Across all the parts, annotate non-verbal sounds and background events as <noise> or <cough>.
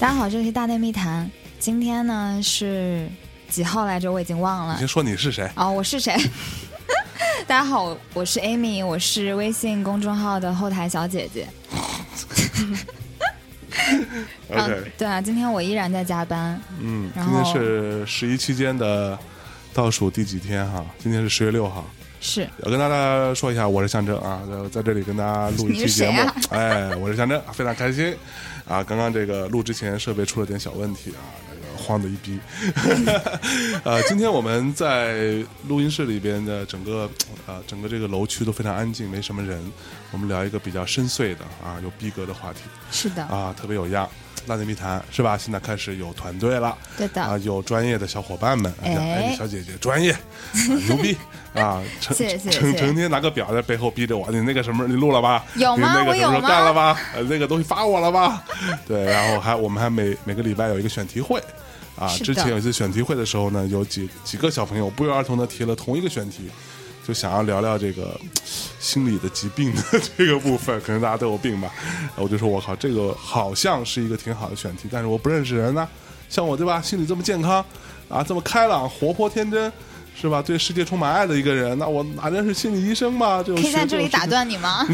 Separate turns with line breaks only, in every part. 大家好，这里是大内密谈。今天呢是几号来着？我已经忘
你
了
先。说你是谁？
哦，我是谁？大家好，我是 Amy，我是微信公众号的后台小姐姐。嗯
OK，
对啊，今天我依然在加班。
嗯，今
然后
天是十一期间的倒数第几天哈？今天是十月六号。
是
要跟大家说一下，我是象征啊，在在这里跟大家录一
你
期
是
节
谁
目。
啊
<laughs> 哎，我是象征，非常开心啊！刚刚这个录之前设备出了点小问题啊，那个慌的一逼。 <laughs> 呃，今天我们在录音室里边的整个呃整个这个楼区都非常安静，没什么人。我们聊一个比较深邃的啊有逼格的话题
是的，
啊，特别有样。大内密谈是吧？现在开始有团队了。
对的。
啊，有专业的小伙伴们，哎呀，
哎
哎你小姐姐专
<laughs>
业，啊牛逼啊！成
谢
成
谢谢谢
成天拿个表在背后逼着我，你那个什么，你录了吧？
有吗
你那个什么
我
时
有
候
吗
干了吧？呃，那个东西发我了吧？对，然后还我们还每每个礼拜有一个选题会。啊，
是的
之前有一次选题会的时候呢，有几几个小朋友不约而同的提了同一个选题，就想要聊聊这个心理的疾病的这个部分，可能大家都有病吧。我就说，我靠，这个好像是一个挺好的选题，但是我不认识人呢、像我对吧，心理这么健康，啊，这么开朗、活泼、天真，是吧？对世界充满爱的一个人，那我哪认识心理医生嘛？这种
可以在
学
这里
种
打
事
断你吗？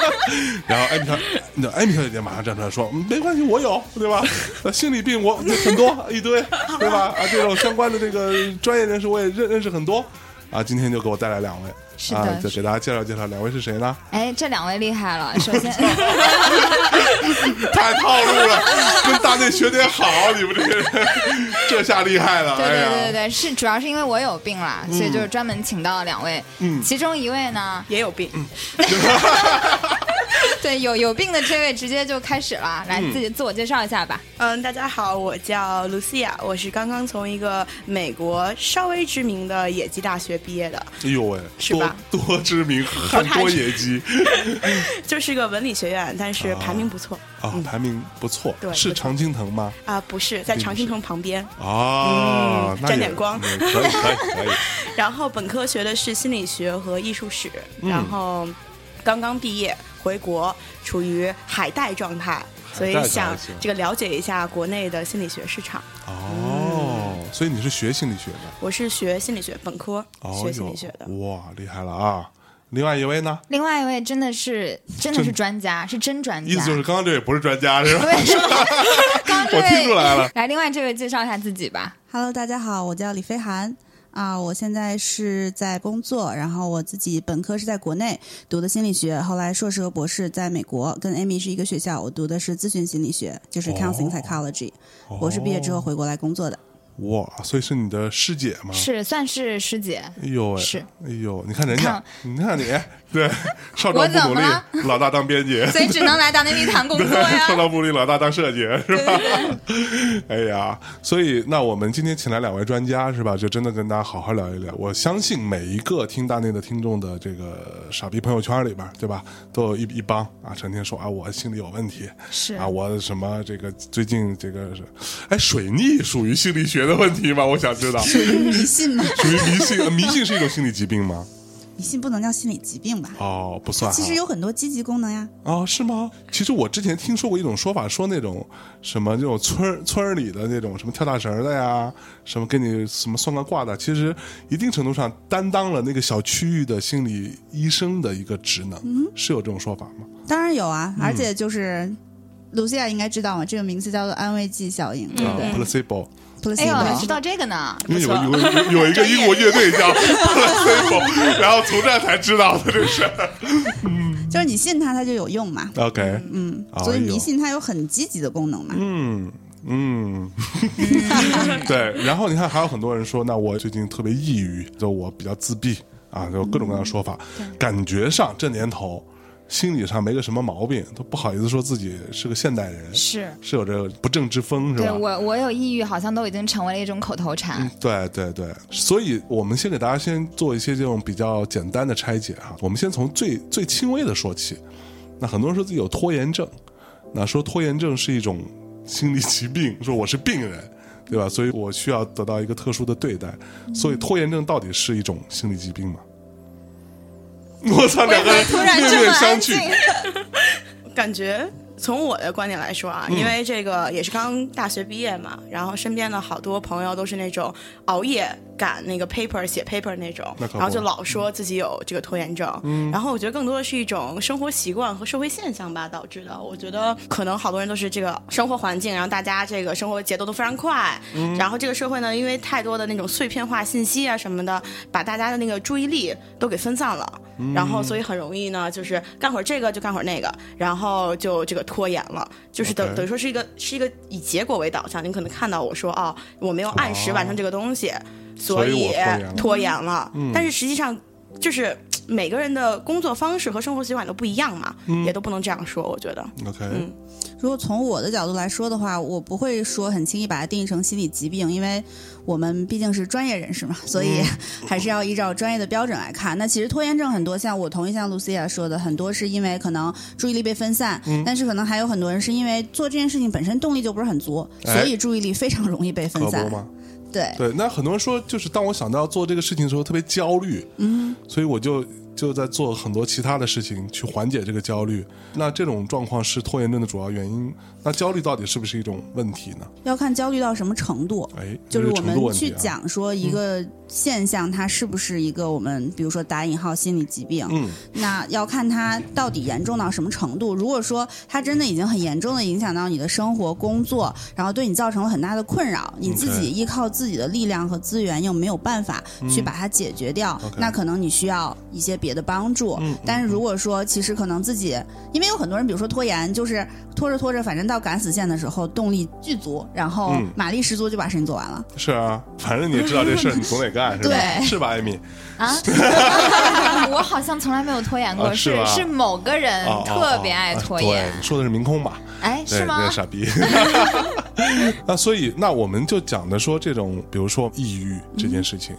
<laughs> 然后艾米小，那艾米小姐姐马上站出来说：“嗯没关系，我有，对吧？呃心理病我很多一堆，对吧？啊，这种相关的这个专业人士我也认认识很多。啊，今天就给我带来两位，
是的
啊，就是给大家介绍介绍两位是谁呢？
哎，这两位厉害了。首先，
太套路了，跟大内学点好，你们这些人，这下厉害了，
对
哎
对
呀
对对对，是主要是因为我有病啦，所以就是专门请到了两位。
嗯
其中一位呢，
也有病，
<laughs> 哎
对有有病的这位直接就开始了，来自己自我介绍一下吧。
嗯，大家好，我叫 Lucia，我是刚刚从一个美国稍微知名的野鸡大学毕业的，
哎呦喂，
是
多
吧
多知名，汉多野
<laughs>
鸡
就是个文理学院，但是排名不错
啊，排名不错，
对
是
不错
常青藤吗？
啊、不是在长青藤旁边。
哦
嗯，
那
沾
也
点光
嗯可以可以可
<laughs>
以，
然后本科学的是心理学和艺术史，
嗯
然后刚刚毕业回国，处于海带状态，所以
海带状态
想
行
这个了解一下国内的心理学市场。嗯
哦，所以你是学心理学的？
我是学心理学本科，
哦
学
哟，
心理学的。
哇，厉害了啊！另外一位呢，
另外一位真的是真的是专家，是真专家。
意思就是刚刚这位不是专家是吧？
<laughs>
对，刚刚这
我
位
听出来了。啊
来，另外这位介绍一下自己吧。
Hello，大家好，我叫李飞涵啊，我现在是在工作，然后我自己本科是在国内读的心理学，后来硕士和博士在美国，跟 Amy 是一个学校，我读的是咨询心理学，就是
哦
counseling psychology，、博士毕业之后回国来工作的。
<laughs>
<clears throat>
哇，所以是你的师姐吗？
是算是师姐，
哎呦喂，
是
哎呦，你看人家
看，
你看你，对，
<laughs>
少壮不
我怎
努
么
力
了，
老大当编辑，
<laughs>
<laughs>
所以只能来大内密谈 <laughs> 工作呀
少。壮不努力，老大当设计是吧？ <laughs> 哎呀，所以那我们今天请来两位专家是吧？就真的跟大家好好聊一聊。我相信每一个听大内的听众的这个傻逼朋友圈里边，对吧，都有一一帮啊，成天说啊我心里有问题，
是
啊，我什么这个最近这个是，哎，水逆属于心理学的问题吗？我想知道， <laughs> 属
迷信吗？
于迷信，呃迷信是一种心理疾病吗？
迷信不能叫心理疾病吧？
哦，不 <laughs> 算哈。
其实有很多积极功能呀，
啊、是吗？其实我之前听说过一种说法，说那种什么这种村儿村儿里的那种什么跳大绳的呀，什么给你什么算个卦的，其实一定程度上担当了那个小区域的心理医生的一个职能，是有这种说法吗？
当然有啊，
嗯
而且就是。卢西亚应该知道嘛，这个名字叫做安慰剂效应，嗯对不
啊
对
，placebo，
哎呦，还
placebo？
知道这个呢？
因为有有有有一个英国乐队叫 placebo，然后从这儿才知道的，这是。
就是你信它，它就有用嘛。
OK，
嗯
哎，呦
所以迷信它有很积极的功能嘛。
嗯嗯， <laughs> 对。然后你看，还有很多人说，那我最近特别抑郁，就我比较自闭啊，就各种各样的说法。感觉上这年头，心理上没个什么毛病，都不好意思说自己是个现代人，
是，
是有这个不正之风，是
对
吧？
我我有抑郁，好像都已经成为了一种口头禅。
嗯对对对，所以我们先给大家先做一些这种比较简单的拆解哈。我们先从最最轻微的说起。那很多人说自己有拖延症，那说拖延症是一种心理疾病，说我是病人，对吧？所以我需要得到一个特殊的对待。所以拖延症到底是一种心理疾病吗？ <laughs> 我操，两个人
突然
面
这么
面
安
相觑
静，
感觉从我的观点来说
嗯
啊，因为这个也是刚大学毕业嘛，然后身边的好多朋友都是那种熬夜赶那个 paper 写 paper 那种，
那可不嗯
然后就老说自己有这个拖延症。然后我觉得更多的是一种生活习惯和社会现象吧导致的。我觉得可能好多人都是这个生活环境，然后大家这个生活节奏都非常快，
嗯
然后这个社会呢，因为太多的那种碎片化信息啊什么的，把大家的那个注意力都给分散了，然
嗯
后所以很容易呢，就是干会儿这个就干会儿那个，然后就这个拖延了，就是等
OK
等于说是一个是一个以结果为导向。你可能看到我说哦，我没有按时完成这个东西，
哦所以我拖
以
延了嗯
拖延了，但是实际上就是。嘖每个人的工作方式和生活习惯都不一样嘛，
嗯
也都不能这样说。我觉得，
OK，、
嗯
如果从我的角度来说的话，我不会说很轻易把它定义成心理疾病，因为我们毕竟是专业人士
嗯
嘛，所以 <laughs> 还是要依照专业的标准来看。那其实拖延症很多，像我同意像 Lucia 说的，很多是因为可能注意力被分散，
嗯
但是可能还有很多人是因为做这件事情本身动力就不是很足，
哎
所以注意力非常容易被分
可
散
不。吗？
对，
对，那很多人说，就是当我想到做这个事情的时候特别焦虑，嗯，所以我就就在做很多其他的事情去缓解这个焦虑。那这种状况是拖延症的主要原因。那焦虑到底是不是一种问题呢？
要看焦虑到什么程度。
哎，
就
这
是
是
我
程度
们
问
去
题啊。
讲说一个现象，它是不是一个我们比如说打引号心理疾病，
嗯，
那要看它到底严重到什么程度。如果说它真的已经很严重的影响到你的生活、工作，然后对你造成了很大的困扰，你自
OK
己
嗯
依靠自己的力量和资源又没有办法去把它解决掉，
OK 嗯
那可能你需要一些别的帮助。但是如果说其实可能自己，因为有很多人，比如说拖延，就是拖着拖着，反正到赶死线的时候动力巨足，然后
嗯
马力十足就把事情做完了。
是啊，反正你也知道这事儿，你总得干，是吧？
<laughs> 对
是吧，艾米？
啊，
<laughs>
我好像从来没有拖延过，
啊是
是
吧
是某个人
<laughs>
哦哦
特别爱
哦
拖延
对，，你说的是明空吧？
哎，
对
是吗
这？傻逼。 <laughs> 那所以，那我们就讲的说这种，比如说抑郁这件事情，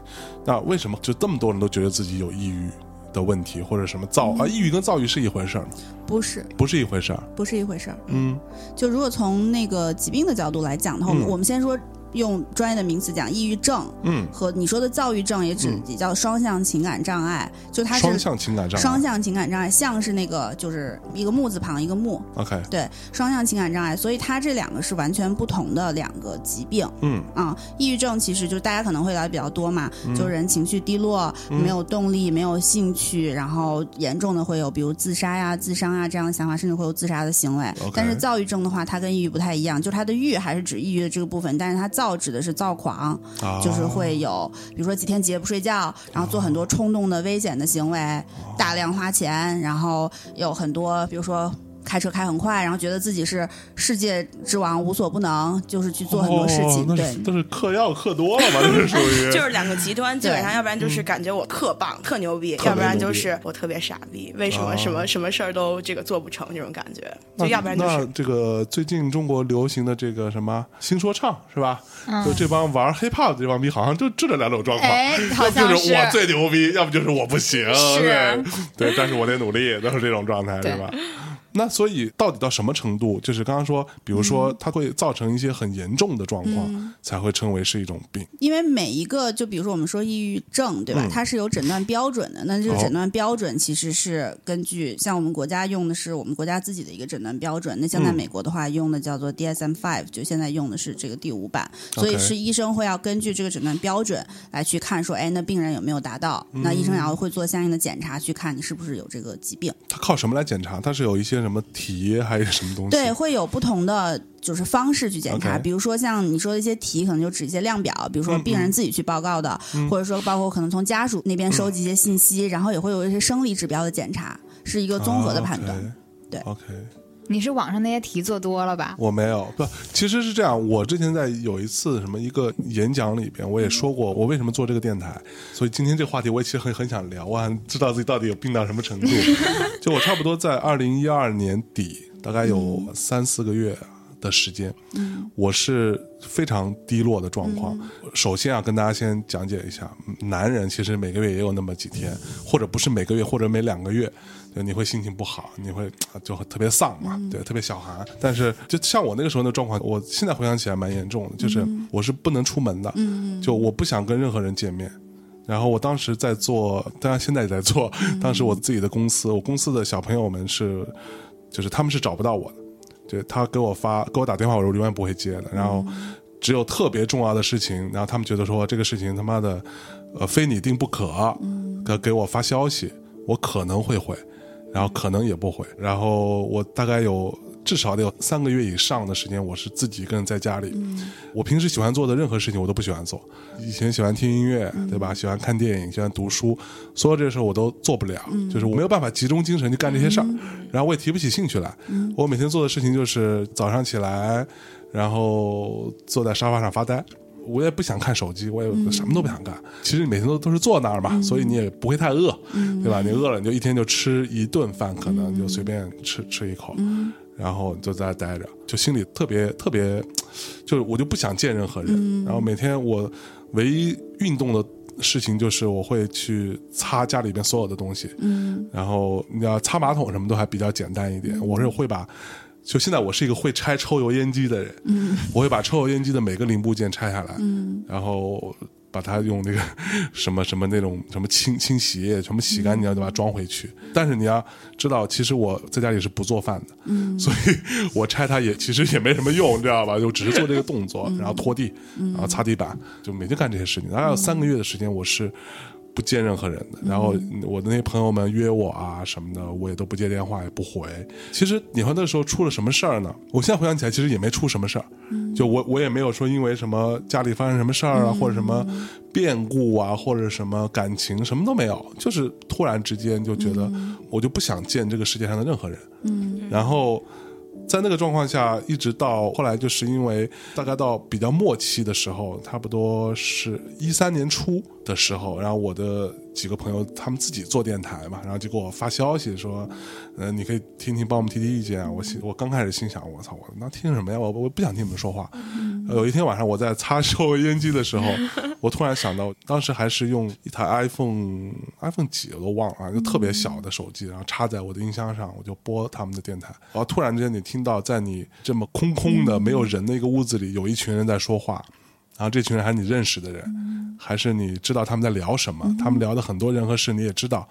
那为什么就这么多人都觉得自己有抑郁的问题，或者什么躁、啊？抑郁跟躁郁是一回事儿吗？
不是，
不是一回事儿。
不是一回事儿。
嗯
就如果从那个疾病的角度来讲的话，我们
嗯
我们先说用专业的名词讲，抑郁症
嗯，
和你说的躁郁症也指
嗯
也叫双向情感障碍，就它
双
是
向情感障碍。
双向情感障碍，像是那个就是一个木字旁一个木，
OK，
对，双向情感障碍，所以它这两个是完全不同的两个疾病。
嗯
啊、抑郁症其实就大家可能会聊的比较多嘛，就是人情绪低落、
嗯
没有动力、没有兴趣，然后严重的会有比如自杀呀、自伤啊这样的想法，甚至会有自杀的行为。
OK
但是躁郁症的话，它跟抑郁不太一样，就它的郁还是指抑郁的这个部分，但是它躁指的是躁狂，
啊，
就是会有比如说几天几夜不睡觉，然后做很多冲动的危险的行为，大量花钱，然后有很多比如说。开车开很快，然后觉得自己是世界之王，无所不能，就是去做很多事情。
哦那
对
是，都是嗑药嗑多了吧？这是属于
<laughs> 就是两个极
<laughs>
端，基本上
对
要不然就是感觉我特棒、特牛逼，
特别
要不然
牛
就
逼
是我特别傻逼，为什么
哦
什么什么事儿都这个做不成这种感觉，
那
就要不然就
那
是
这个最近中国流行的这个什么新说唱是吧？就这帮玩 hiphop 的这帮逼，好像就这两种状况。
哎
<laughs>
好
要
像
不 <laughs> 就是我最牛逼，要不就是我不行。
是
对，对，但是我得努力， <laughs> 都是这种状态，
对
是吧？那所以到底到什么程度？就是刚刚说，比如说
嗯
它会造成一些很严重的状况，才会称为是一种病。
因为每一个，就比如说我们说抑郁症，对吧？
嗯哦
它是有诊断标准的，那这个诊断标准其实是根据像我们国家用的是我们国家自己的一个诊断标准。那像在
嗯
美国的话，用的叫做 DSM five，就现在用的是这个第五版，
OK
所以是医生会要根据这个诊断标准来去看说，哎，那病人有没有达到？
嗯
那医生也要会做相应的检查，去看你是不是有这个疾病。
它靠什么来检查？它是有一些什么题还是什么东西？
对，会有不同的就是方式去检查
OK
比如说像你说的一些题，可能就指一些量表，比如说
嗯
病人自己去报告的，或者说包括可能从家属那边收集一些信息，然后也会有一些生理指标的检查，是一个综合的判断。
啊，OK
对
，OK。
你是网上那些题做多了吧？
我没有，不，其实是这样。我之前在有一次什么一个演讲里边，我也说过我为什么做这个电台，所以今天这个话题我也其实很很想聊啊，知道自己到底有病到什么程度。就我差不多在二零一二年底，大概有三四个月的时间，我是非常低落的状况。首先啊，跟大家先讲解一下，嗯男人其实每个月也有那么几天，或者不是每个月，或者每两个月，就你会心情不好，你会啊就特别丧嘛，对，特别小寒。但是就像我那个时候的状况，我现在回想起来蛮严重的，就是我是不能出门的，就我不想跟任何人见面。然后我当时在做，当然现在也在做。当时我自己的公司，我公司的小朋友们是，就是他们是找不到我的，就他给我发给我打电话，我是永远不会接的。然后只有特别重要的事情，然后他们觉得说这个事情他妈的，呃，非你定不可，呃给给我发消息，我可能会回，然后可能也不回。然后我大概有至少得有三个月以上的时间，我是自己一个人在家里。我平时喜欢做的任何事情，我都不喜欢做。以前喜欢听音乐，对吧？喜欢看电影，喜欢读书，所有这些事儿我都做不了，就是我没有办法集中精神去干这些事儿，然后我也提不起兴趣来。我每天做的事情就是早上起来，然后坐在沙发上发呆。我也不想看手机，我也什么都不想干。其实你每天都都是坐那儿嘛，所以你也不会太饿，对吧？你饿了，你就一天就吃一顿饭，可能就随便吃吃一口，然后你就在那儿待着，就心里特别特别，就是我就不想见任何人。然后每天我唯一运动的事情就是我会去擦家里边所有的东西，然后你要擦马桶什么都还比较简单一点，我是会把。就现在，我是一个会拆抽油烟机的人，我会把抽油烟机的每个零部件拆下来，然后把它用那个什么什么那种什么清清洗液全部洗干净，然后就把它装回去。但是你要知道，其实我在家里是不做饭的，所以我拆它也其实也没什么用，你知道吧？就只是做这个动作，然后拖地，然后擦地板，就每天干这些事情。大概有三个月的时间，我是。不见任何人的。然后我的那些朋友们约我啊什么的，我也都不接电话，也不回。其实你说那时候出了什么事儿呢？我现在回想起来，其实也没出什么事儿。就我我也没有说因为什么家里发生什么事儿啊，或者什么变故啊，或者什么感情，什么都没有。就是突然之间就觉得我就不想见这个世界上的任何人。嗯，然后。在那个状况下，一直到后来，就是因为大概到比较末期的时候，差不多是一三年初的时候，然后我的几个朋友他们自己做电台嘛，然后就给我发消息说，呃，你可以听听，帮我们提提意见啊。我心我刚开始心想，我操，我那听什么呀？我我不想听你们说话。呃有一天晚上我在擦抽油烟机的时候，我突然想到，当时还是用一台 iPhone iPhone 几我都忘了啊，就特别小的手机，然后插在我的音箱上，我就播他们的电台。然后突然之间，你听到在你这么空空的、没有人的一个屋子里，有一群人在说话。然后这群人还是你认识的人，还是你知道他们在聊什么？他们聊的很多人和事你也知道，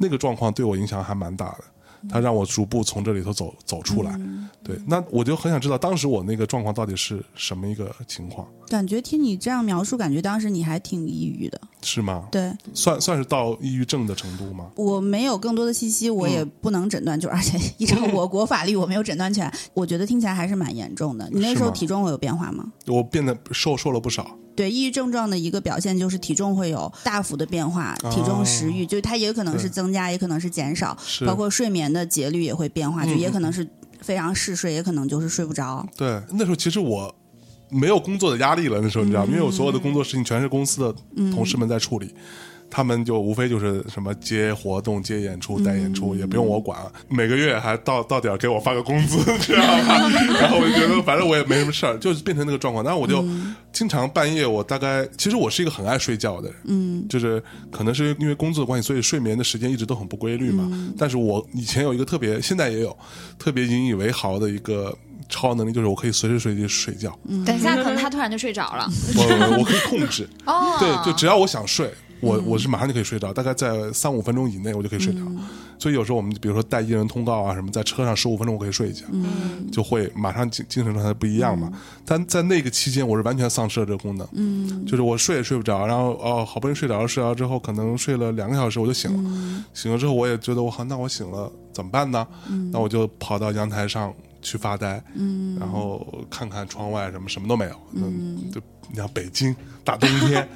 那个状况对我影响还蛮大的。他让我逐步从这里头走走出来，对，那我就很想知道当时我那个状况到底是什么一个情况，
感觉听你这样描述，感觉当时你还挺抑郁的。
是吗？
对
算算是到抑郁症的程度吗？
我没有更多的信息，我
嗯
也不能诊断，就而且依照
<laughs>
我国法律，我没有诊断权。我觉得听起来还是蛮严重的。你那
是
时候
吗
体重会有变化吗？
我变得瘦瘦了不少，
对，抑郁症状的一个表现就是体重会有大幅的变化，体重、食欲，就它也可能是
哦对
增加，也可能是减少，
是
包括睡眠的节律也会变化，就也
嗯
可能是非常嗜睡，也可能就是睡不着。
对，那时候其实我没有工作的压力了，那时候你知道吗？因为我所有的工作事情全是公司的同事们在处理。他们就无非就是什么接活动、接演出、带演出，也不用我管，每个月还到到点儿给我发个工资， <laughs> 知道吧？然后我就觉得反正我也没什么事儿，就是变成那个状况。然后我就经常半夜，我大概其实我是一个很爱睡觉的人，嗯，就是可能是因为工作的关系，所以睡眠的时间一直都很不规律嘛。但是我以前有一个特别，现在也有特别引以为豪的一个超能力，就是我可以随时随地睡觉，
等一下，可能他突然就睡着了。
我我我可以控制。
哦，
对，就只要我想睡，我我是马上就可以睡着，大概在三五分钟以内我就可以睡着。所以有时候我们比如说带一人通告啊什么，在车上十五分钟我可以睡一觉，就会马上精精神状态不一样嘛。但在那个期间，我是完全丧失了这个功能，就是我睡也睡不着，然后哦好不容易睡着了，睡着之后可能睡了两个小时我就醒了，醒了之后我也觉得我好，那我醒了怎么办呢？那我就跑到阳台上。去发呆，然后看看窗外，什么什么都没有，嗯，就你像北京大冬天，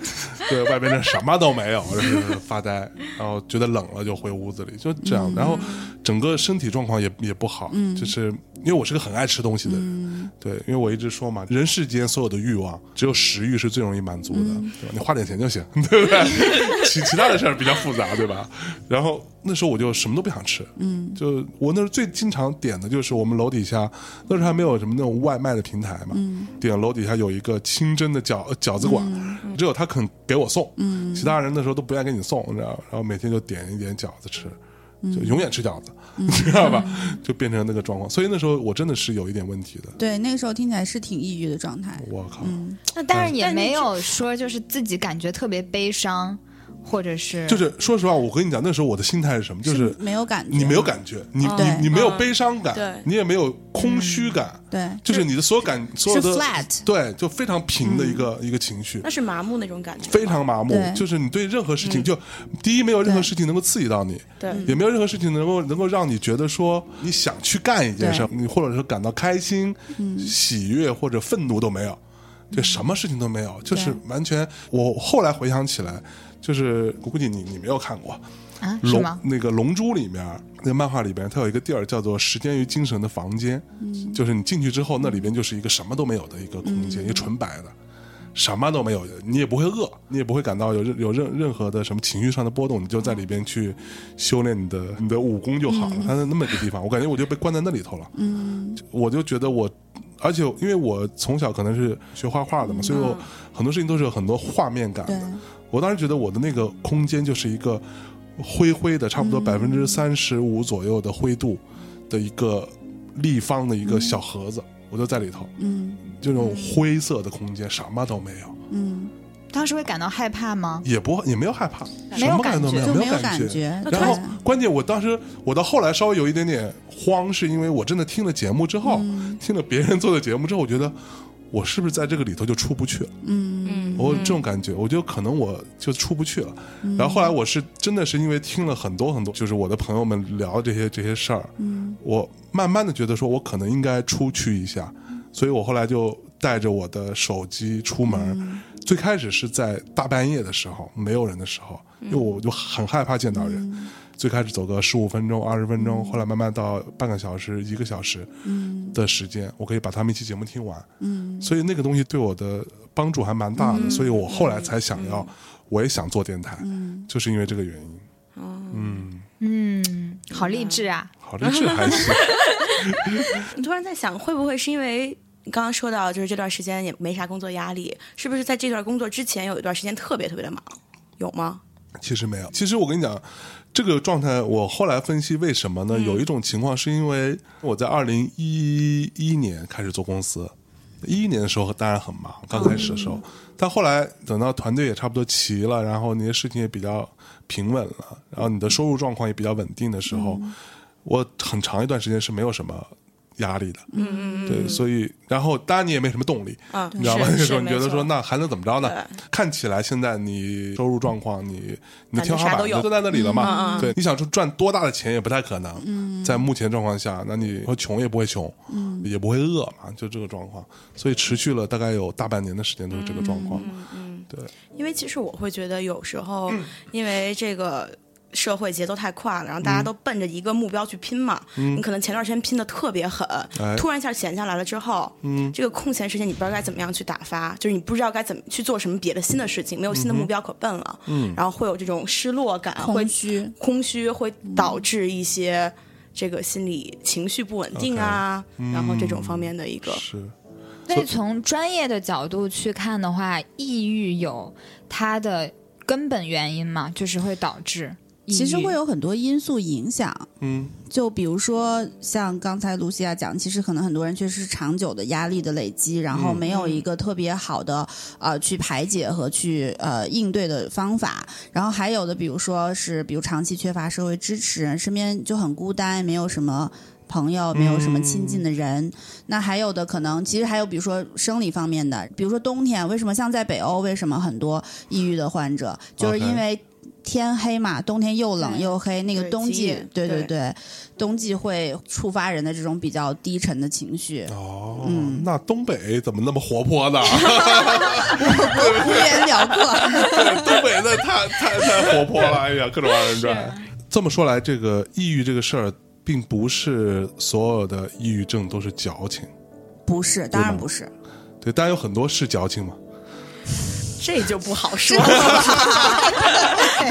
对外边这什么都没有，就是发呆，然后觉得冷了就回屋子里，就这样。然后整个身体状况也也不好，就是因为我是个很爱吃东西的人，对，因为我一直说嘛，人世间所有的欲望，只有食欲是最容易满足的，对吧？你花点钱就行，对 <laughs> 不对？其其他的事儿比较复杂，对吧？然后那时候我就什么都不想吃，嗯，就我那时候最经常点的就是我们楼底下那时候还没有什么那种外卖的平台嘛，点楼底下有一个清真的饺呃饺子馆，只有他肯给我送，嗯，其他人那时候都不愿意给你送，你知道吗？然后每天就点一点饺子吃。就永远吃饺子，你 <laughs> 知道吧？就变成那个状况，所以那时候我真的是有一点问题的。
对，那个时候听起来是挺抑郁的状态。
我靠，
那当
嗯
然也
但你
没有说就是自己感觉特别悲伤，或者是
就是说实话，我跟你
嗯
讲，那时候我的心态是什么？就是
没有感觉，
你没有感觉，你
对
你你没有悲伤感，
对
你也没有空虚感，
对，
就是你的所有感所有
是
的
flat 嗯
对，就非常平的一个一个情绪
那。是麻木那种感觉，
非常麻木
对，嗯
就是你对任何事情就，第一没有任何
对嗯
事情能够刺激到你，
对
也没有任何事情能够能够让你觉得说你想去干一件事，你或者是感到开心、
嗯
喜悦或者愤怒都没有，就什么事情都没有，就是完全。我后来回想起来，就是我估计你你没有看过
啊，
龙
是吗？
那个《龙珠》里面，那个漫画里边，它有一个地儿叫做“时间与精神”的房间，就是你进去之后，那里边就是一个什么都没有的一个空间，一个纯白的。什么都没有，你也不会饿，你也不会感到有任有任任何的什么情绪上的波动，你就在里边去修炼你的你的武功就好了。它在那么一个地方，我感觉我就被关在那里头了。嗯，我就觉得我，而且因为我从小可能是学画画的嘛，所以我很多事情都是有很多画面感
对
的。我当时觉得我的那个空间就是一个灰灰的，差不多百分之三十五左右的灰度的一个立方的一个小盒子，我就在里头，
嗯
这种灰色的空间什么都没有，
嗯，
当时会感到害怕吗？
也不也没有害怕，
没
什
有
么感觉都没
感
有，
就
没
没
有
感
觉。
觉。
那
对
然后
突，
关键我当时，我到后来稍微有一点点慌，是因为我真的听了节目之后，听了别人做的节目之后，我觉得我是不是在这个里头就出不去了？
嗯
我有这种感觉，我觉得可能我就出不去了。然后后来我是真的是因为听了很多很多，就是我的朋友们聊这些这些事儿，我慢慢的觉得说我可能应该出去一下，所以我后来就带着我的手机出门。最开始是在大半夜的时候，没有人的时候，因为我就很害怕见到人。最开始走个十五分钟、二十分钟，后来慢慢到半个小时、一个小时的时间，我可以把他们一期节目听完。嗯，所以那个东西对我的帮助还蛮大的，所以我后来才想要，我也想做电台，就是因为这个原因。嗯，
嗯，好励志啊！
好励志还行。
你突然在想，会不会是因为你刚刚说到，就是这段时间也没啥工作压力，是不是在这段工作之前有一段时间特别特别的忙？有吗？
其实没有，其实我跟你讲，这个状态我后来分析为什么
嗯
呢？有一种情况是因为我在二零一一年开始做公司，一一年的时候当然很忙，刚开始的
嗯
时候，但后来等到团队也差不多齐了，然后你的事情也比较平稳了，然后你的收入状况也比较稳定的时候，
嗯
我很长一段时间是没有什么。压力的，嗯嗯，对，所以然后当然你也没什么动力，
嗯，
你知道吧？
是
<laughs> 那个时候
是
你
没
觉得
错
说，那还能怎么着呢
对？
看起来现在你收入状况，你你的
感觉
天花
啥
板
都有
都在那里了
嗯
嘛？
嗯嗯嗯
对，你想说赚多大的钱也不太可能。在目前状况下，那你说穷也不会穷，也不会饿嘛，就这个状况。所以持续了大概有大半年的时间都是这个状况。
因为其实我会觉得有时候，因为这个。社会节奏太快了，然后
嗯
大家都奔着一个目标去拼嘛。你可能前段时间拼的特别狠，
哎
嗯
嗯
突然一下闲下来了之后，这个空闲时间你不知道该怎么样去打发，就是你不知道该怎么去做什么别的新的事情，没有新的目标可奔了，然后会有这种失落感，会
空虚，
嗯空虚会导致一些这个心理情绪不稳定啊，然后这种方面的一个，
是，
所以从专业的角度去看的话，抑郁有它的根本原因嘛，就是会导致抑郁。
其实会有很多因素影响。
嗯，。
就比如说，像刚才卢西亚讲，其实可能很多人确实是长久的压力的累积，然后没有一个特别好的呃去排解和去呃应对的方法。然后还有的，比如说是比如长期缺乏社会支持，身边就很孤单，没有什么。朋友没有什么亲近的人，那还有的可能，其实还有比如说生理方面的，比如说冬天，为什么像在北欧，为什么很多抑郁的患者，就是因为天黑嘛，冬天又冷
对
又黑，那个
对
冬
极
季
夜，
对对
对
对，冬季会触发人的这种比较低沉的情绪
哦，
嗯
那东北怎么那么活泼
<laughs>
呢？
无缘聊过，
东北的太太太活泼了，哎呀，各种二人
啊
转。这么说来，这个抑郁这个事儿，并不是所有的抑郁症都是矫情，
<laughs> 不是，当然不是，
对，当然有很多是矫
<laughs>
情嘛。
<laughs> 这就不好说 <laughs> 了。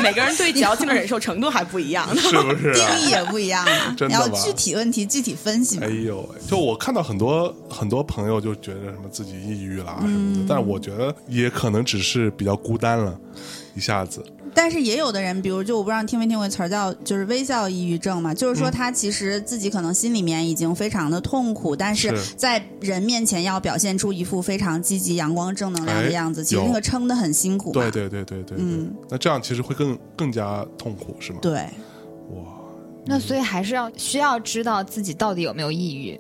每个人对矫情的忍受程度还不一样呢。
是不是、啊？
定义也不一样啊
真，的
要
吧
具体问题具体分析
<laughs>
嘛
哎。呦喂，就我看到很多很多朋友就觉得什么自己抑郁啦
嗯
什么的，但我觉得也可能只是比较孤单了，一下子
但是也有的人，比如就我不知道你听没听过一词儿叫就是微笑抑郁症嘛，就是说他其实自己可能心里面已经非常的痛苦，但是
是
在人面前要表现出一副非常积极、阳光、正能量的
哎
样子，其实
有
那个撑得很辛苦嘛。
对对对对对对，
嗯
那这样其实会更更加痛苦是吗？
对，
哇，
那所以还是要需要知道自己到底有没有抑郁。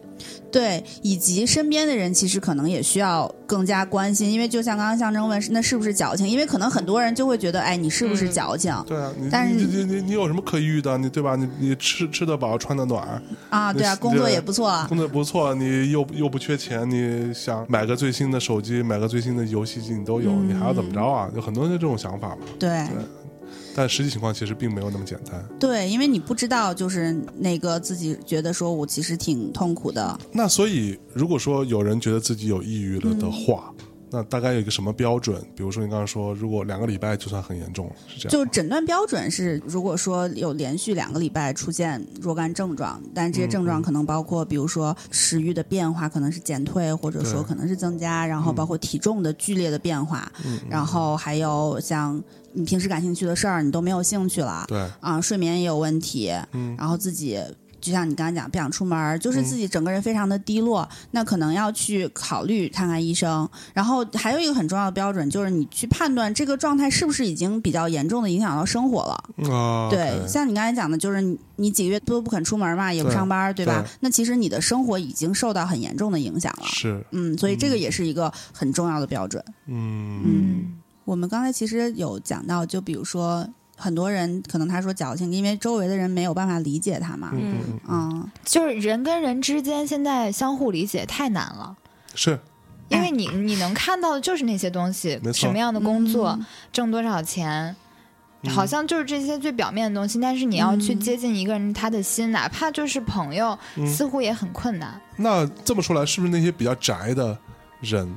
对，以及身边的人其实可能也需要更加关心，因为就像刚刚象征问，那是不是矫情？因为可能很多人就会觉得，哎，你是不是矫情、
对啊，你
但是
你你你你有什么可抑郁的？你对吧？你你吃吃得饱，穿得暖，
啊？对啊，
对
工作也不错，
工作不错，你又又不缺钱，你想买个最新的手机，买个最新的游戏机，你都有，你还要怎么着啊？有很多人就这种想法嘛。
对
但实际情况其实并没有那么简单。
对，因为你不知道，就是那个自己觉得说我其实挺痛苦的，
那所以，如果说有人觉得自己有抑郁了的话，那大概有一个什么标准？比如说你刚刚说，如果两个礼拜就算很严重了，是这样吗？
就诊断标准是，如果说有连续两个礼拜出现若干症状，但这些症状可能包括，比如说食欲的变化，可能是减退，或者说
对
可能是增加，然后包括体重的剧烈的变化，
嗯
嗯
然后还有像你平时感兴趣的事儿，你都没有兴趣了，
对，
啊，睡眠也有问题，
嗯，
然后自己就像你刚才讲，不想出门儿，就是自己整个人非常的低落，那可能要去考虑看看医生。然后还有一个很重要的标准就是你去判断这个状态是不是已经比较严重的影响到生活了。
啊，
对
OK
像你刚才讲的，就是你你几个月都不肯出门嘛，也不
对
上班儿，对吧
对
那其实你的生活已经受到很严重的影响了。
是，
嗯，所以这个也是一个很重要的标准。
嗯
嗯
我们刚才其实有讲到，就比如说很多人可能他说矫情，因为周围的人没有办法理解他嘛。
嗯嗯嗯，
嗯，
就是人跟人之间现在相互理解太难了。
是
因为你你能看到的就是那些东西
哎没，错
什么样的工作、
嗯
挣多少钱，
嗯
好像就是这些最表面的东西。但是你要去
嗯
接近一个人他的心，哪怕就是朋友，
嗯
似乎也很困难。
那这么说来，是不是那些比较宅的人，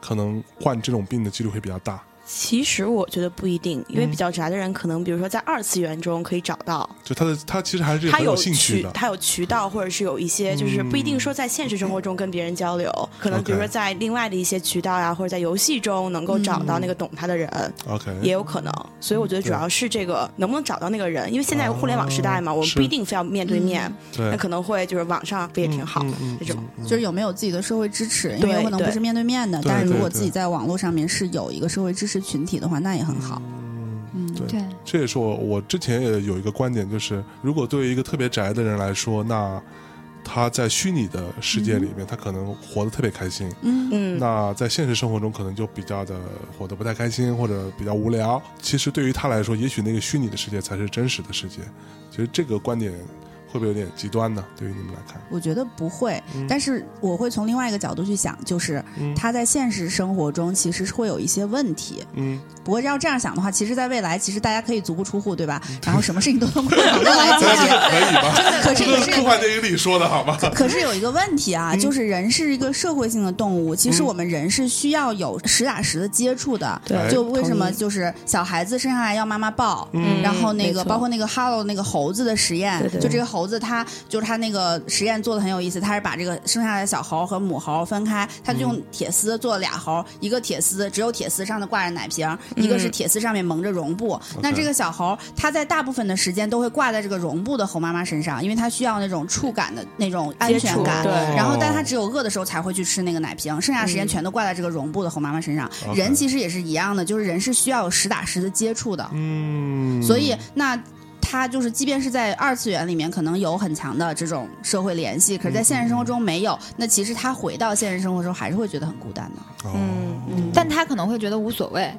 可能患这种病的几率会比较大？
<laughs> 其实我觉得不一定，因为比较宅的人，可能比如说在二次元中可以找到，
就他的他其实还是
他
很有兴趣
渠
的，
他有渠道，或者是有一些就是不一定说在现实生活中跟别人交流，可能比如说
OK
在另外的一些渠道呀、或者在游戏中能够找到那个懂他的人。
OK，
也有可能，所以我觉得主要是这个能不能找到那个人，因为现在互联网时代嘛，
哦
我们
是
不一定非要面对面，那
对，嗯
可能会就是网上不也挺好的这种。
就是有没有自己的社会支持，因
对
为有可能不
对
是面对面的，
对
但是如
对
果
对
自己在网络上面是有一个社会支持群体的话，那也很好。嗯，
对
对，
这也是我我之前也有一个观点，就是如果对于一个特别宅的人来说，那他在虚拟的世界里面，他可能活得特别开心；
嗯，
嗯，
那在现实生活中，可能就比较的活得不太开心或者比较无聊。其实对于他来说，也许那个虚拟的世界才是真实的世界。其实这个观点会不会有点极端呢？对于你们来看，
我觉得不会，
嗯
但是我会从另外一个角度去想，就是他在现实生活中其实是会有一些问题。
嗯，
不过要这样想的话，其实在未来，其实大家可以足不出户，对吧？
嗯
然后什么事情都
<laughs>
能用网络来解决。
可以吧？
可
这
是可
个
是
是科幻电影里说的好吗？ <laughs>
可是有一个问题啊，就是人是一个社会性的动物，其实我们人是需要有实打实的接触的。
哎
就为什么
同意
就是小孩子生下来要妈妈抱，
嗯
然后那
没
个
错
包括那个 Hello 那个猴子的实验，
对对
就这个猴子它就是它那个实验做的很有意思，它是把这个生下来的小猴和母猴分开，它就
嗯
用铁丝做了俩猴，一个铁丝只有铁丝上的挂着奶瓶，一
嗯
个是铁丝上面蒙着绒布。那这个小猴它在大部分的时间都会挂在这个绒布的猴妈妈身上，因为它需要那种触感的那种安
接
全
触
感。
对
然后，
哦
但它只有饿的时候才会去吃那个奶瓶，剩下时间全都挂在这个绒布的猴妈妈身上。
嗯 OK
人其实也是一样的，就是人是需要有实打实的接触的。
嗯，
所以那他就是，即便是在二次元里面，可能有很强的这种社会联系，可是，在
嗯
现实生活中没有。那其实他回到现实生活中，还是会觉得很孤单的。
哦
嗯嗯
但他可能会觉得无所谓，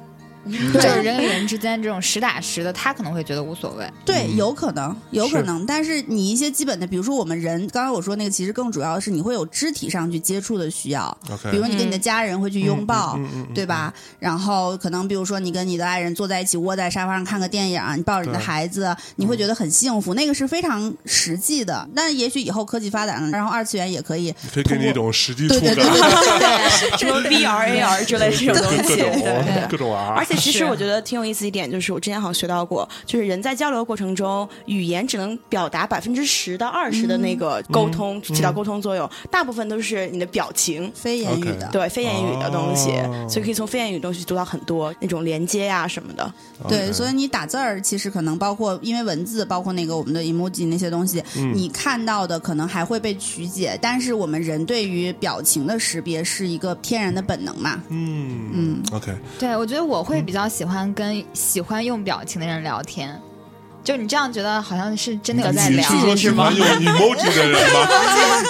就是人与人之间这种实打实的，他可能会觉得无所谓。
对，有可能，有可
嗯是
能。但是你一些基本的，比如说我们人，刚刚我说那个，其实更主要的是你会有肢体上去接触的需要，
，OK，
比如你跟你的家人会去拥抱。
嗯嗯嗯
对吧？然后可能比如说你跟你的爱人坐在一起，窝在沙发上看个电影，啊你抱着你的
对
孩子，你会觉得很幸福，那个是非常实际的。那也许以后科技发展了，然后二次元也可以
可以给你一种实际触
对对
感，
对对
<laughs> 什么 VR、AR
<laughs>
之类的这种东
各
西，对。
种各种 <laughs> 啊，
而且其实
是
我觉得挺有意思一点，就是我之前好像学到过，就是人在交流过程中，语言只能表达百分之十到二十的那个沟通，起到沟通作用，大部分都是你的表情。
非言语
OK
的。
对非言语的东西，
哦
所以可以从非言语东西读到很多那种连接呀、什么的。
对，所以你打字儿其实可能包括，因为文字包括那个我们的 emoji 那些东西，
嗯
你看到的可能还会被曲解，但是我们人对于表情的识别是一个天然的本能嘛。
嗯
嗯
，OK，
对，我觉得我会比较喜欢跟喜欢用表情的人聊天。就你这样觉得好像是真的有在
你
聊
是，说喜
是吗
欢？用 emoji 的人吗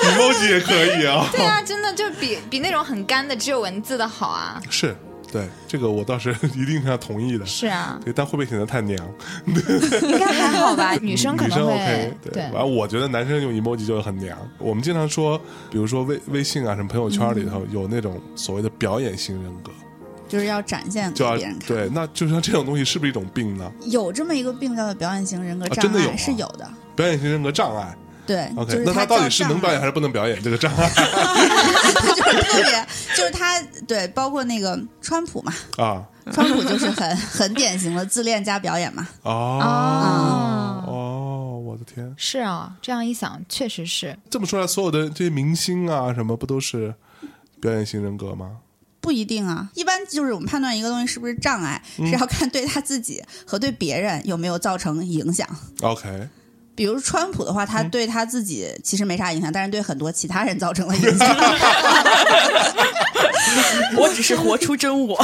？emoji 也可以啊。
对啊， <laughs> 真的就比比那种很干的只有文字的好啊。
是，对这个我倒是一定要同意的。
是啊，
对，但会不会显得太娘？
应该还好 <laughs> 吧？女生可
女
能
生
会
OK，对。完，我觉得男生用 emoji 就很娘。我们经常说，比如说微微信啊，什么朋友圈里头有那种所谓的表演型人格，
就是要展现给
就要
别人看。
对，那就像这种东西是不是一种病呢？
有这么一个病叫做表演型人格
啊
障
真的
碍，
有啊
是有的。
表演型人格障碍。
对
OK，、
就是
那
他
到底是
叫障
能表演还
碍
是不能表演这个障
<laughs>
碍
就是特别，就是他对，包括那个川普嘛，
啊？
川普就是很很典型的自恋加表演嘛。
哦哦，我的天！
是啊，这样一想确实是。
这么说来，所有的这些明星啊，什么不都是表演型人格吗？
不一定啊，一般就是我们判断一个东西是不是障碍，是要看对他自己和对别人有没有造成影响。
OK，
<laughs> 比如川普的话，他对他自己其实没啥影响，但是对很多其他人造成了影响。
我只是活出真我。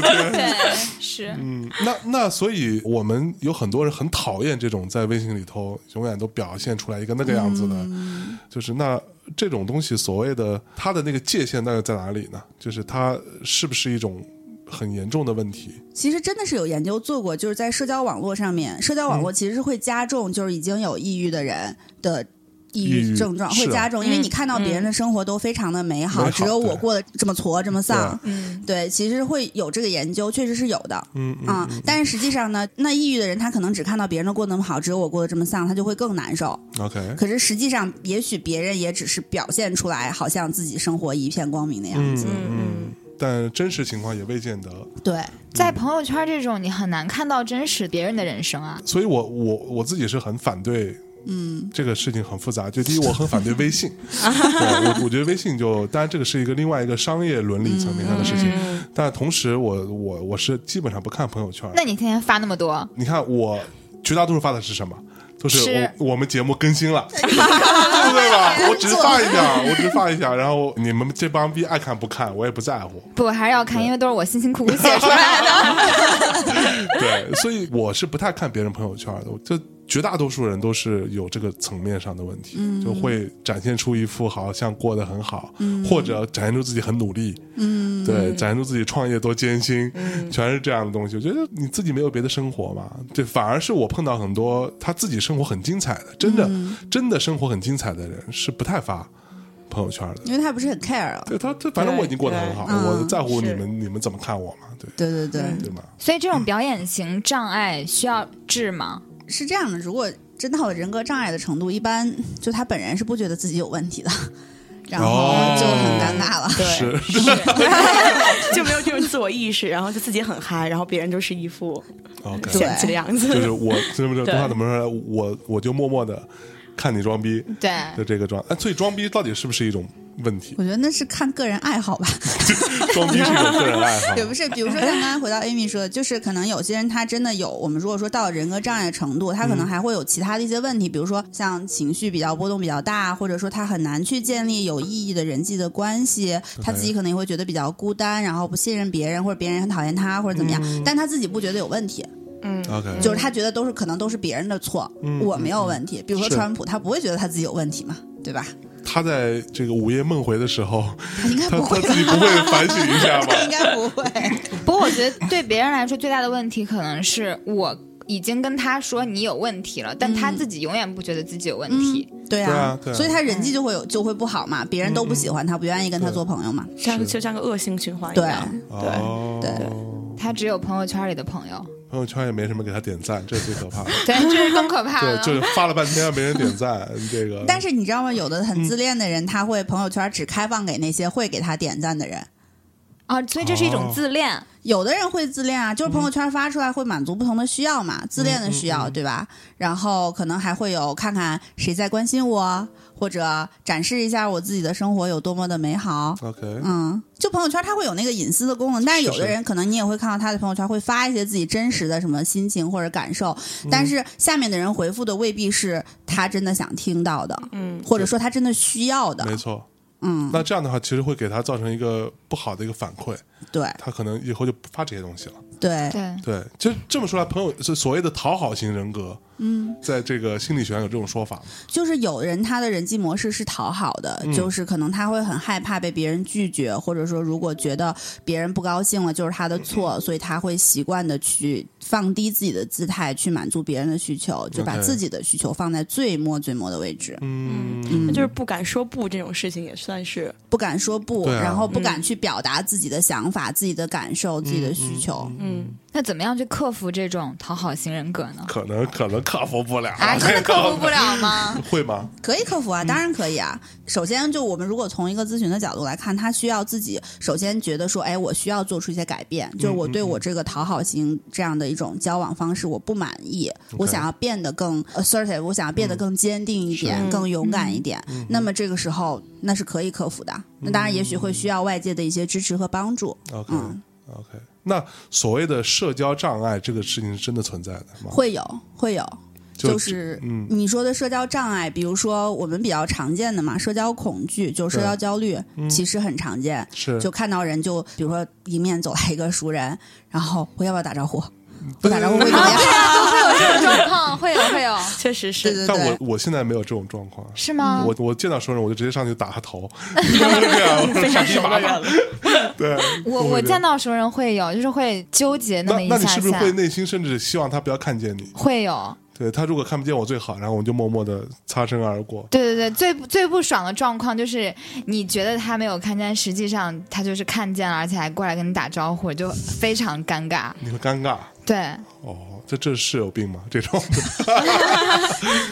对， <laughs> 是
嗯，那那所以我们有很多人很讨厌这种在微信里头永远都表现出来一个那个样子的，
嗯
就是那这种东西所谓的它的那个界限到底在哪里呢？就是它是不是一种很严重的问题？
其实真的是有研究做过，就是在社交网络上面，社交网
嗯
络其实是会加重就是已经有抑郁的人的。抑
抑郁
郁症状
是啊
会加重，因为你看到别人的生活都非常的美好，
美好
只有我
对
过得这么挫这么丧。
嗯
<laughs> 对，其实会有这个研究，确实是有的。
嗯嗯
啊、但是实际上呢，那抑郁的人他可能只看到别人都过得那么好，只有我过得这么丧，他就会更难受。
，OK，
可是实际上，也许别人也只是表现出来，好像自己生活一片光明的样子。
嗯嗯，但真实情况也未见得。
对，
在朋友圈这种你很难看到真实别人的人生啊。
所以我我我自己是很反对，嗯，这个事情很复杂。就第一，我很反对微信，对我我觉得微信就，当然这个是一个另外一个商业伦理层面上的事情，但同时我我我是基本上不看朋友圈。
那你天天发那么多，
你看我绝大多数发的是什么？都是
是
我我们节目更新了，对不对吧？我只是发一下，我只是发一下，然后你们这帮逼爱看不看，我也不在乎。
不，我还是要看，因为都是我辛辛苦苦写出来的。 <laughs>
<laughs> 对，所以我是不太看别人朋友圈的，我就绝大多数人都是有这个层面上的问题，
嗯
就会展现出一副好像过得很好，
嗯
或者展现出自己很努力，嗯，对，展现出自己创业多艰辛，全是这样的东西。我觉得你自己没有别的生活嘛，对，反而是我碰到很多他自己生活很精彩的，真的、
嗯
真的生活很精彩的人是不太发朋友圈的。
因为他不是很 care 了。
对他，他反正我已经过得很好，
对嗯
我在乎你
是
们你们怎么看我嘛，对
对对对。
对吗？
所以这种表演型障碍需要治吗？
是这样的，如果真到有人格障碍的程度，一般就他本人是不觉得自己有问题的，然后
哦
就很尴尬了。
是。
<laughs> 就没有这种自我意识，然后就自己很嗨，然后别人就是一副
OK，
对
嫌弃的样子。
就是我，是不是？
对
他怎么说来？我我就默默的看你装逼
对，
的这个装，哎，所以装逼到底是不是一种问题？
我觉得那是看个人爱好吧，
装逼是一种个人爱好
<laughs> 也。不是。比如说像刚才回到 Amy 说的，就是可能有些人他真的有，我们如果说到了人格障碍的程度，他可能还会有其他的一些问题，比如说像情绪比较波动比较大，或者说他很难去建立有意义的人际的关系，他自己可能也会觉得比较孤单，然后不信任别人，或者别人很讨厌他，或者怎么样，但他自己不觉得有问题。
OK，
就是他觉得都是可能都是别人的错，我没有问题。比如说
嗯是
川普，他不会觉得他自己有问题嘛，对吧？
他在这个午夜梦回的时
<laughs>
候，
应该
他
不
他
会
自己不会反省一
<laughs>
下吗？
应该不会。
不过我觉得对别人来说最大的问题可能是我已经跟他说你有问题了，但他自己永远不觉得自己有问题。
对
对啊对啊嗯
所以他人际就会有就会不好嘛，别人都不喜欢他，不愿意跟他做朋友嘛。
这样就像个恶性循环一样。对，
哦，
他只有朋友圈里的朋友，
朋友圈也没什么给他点赞，这是最可怕
<laughs>
的。
对，这是更可
<laughs>
怕
对，
的。
就是发了半天没人点赞，这个。
但是你知道吗？有的
嗯
很自恋的人，他会朋友圈只开放给那些会给他点赞的人。
啊，所以这是一
哦
种自恋。
有的人会自恋啊，就是朋友圈发出来会满足不同的需要嘛，自恋的需要，对吧？然后可能还会有看看谁在关心我，或者展示一下我自己的生活有多么的美好。
OK，
嗯，就朋友圈它会有那个隐私的功能，但是有
是
的人可能你也会看到他的朋友圈会发一些自己真实的什么心情或者感受，
嗯
但是下面的人回复的未必是他真的想听到的，
嗯，
或者说他真的需要的
没，错。
嗯，
那这样的话，其实会给他造成一个不好的一个反馈，
对
他可能以后就不发这些东西了。
对
对，
对，就这么说来，朋友是所谓的讨好型人格，
嗯，
在这个心理学上有这种说法吗？
就是有人他的人际模式是讨好的，
嗯
就是可能他会很害怕被别人拒绝，或者说如果觉得别人不高兴了就是他的错，所以他会习惯的去放低自己的姿态去满足别人的需求，就把
OK
自己的需求放在最末最末的位置，
嗯
就是不敢说不这种事情也算是
不敢说不，
对啊
然后不
嗯
敢去表达自己的想法、自己的感受、自己
嗯
的需求。
嗯，
那怎么样去克服这种讨好型人格
<laughs>
呢？
可能可能克服不了，
啊，真
<laughs>
的克服不了吗？
会吗？
可以克服啊，当然可以啊。首先，就我们如果从一个咨询的角度来看，他需要自己首先觉得说，哎，我需要做出一些改变，就是我对我这个讨好型这样的一种交往方式我不满意，我想要变得更呃 assertive，我想要变得更坚定一点，
是
更勇敢一点。那么这个时候，那是可以克服的。那当然，也许会需要外界的一些支持和帮助。
OK
嗯，
OK，那所谓的社交障碍这个事情是真的存在的吗？
会有，会有。
就
就是
嗯
你说的社交障碍，比如说我们比较常见的嘛，社交恐惧，就是社
对嗯
交焦虑，其实很常见。
是
就看到人就，比如说迎面走来一个熟人，然后我要不要打招呼？ <laughs> 不打招呼会怎么样？
啊这种状况会有会有，
确实
对
是
对
但我
对，
我现在没有这种状况。
是吗？
我我见到熟人，我就直接上去打他头，啊就是这样，非常熟的人。对，
我我见到熟人会有，就是会纠结那
那
么一
那你
下
是不是
下，
会内心甚至希望他不要看见你？
会有。
对他如果看不见我最好，然后我们就默默的擦身而过。
对对对，最不最不爽的状况就是你觉得他没有看见，实际上他就是看见了，而且还过来跟你打招呼，就非常尴尬。
你会尴尬
对，
哦，这这是有病吗？这种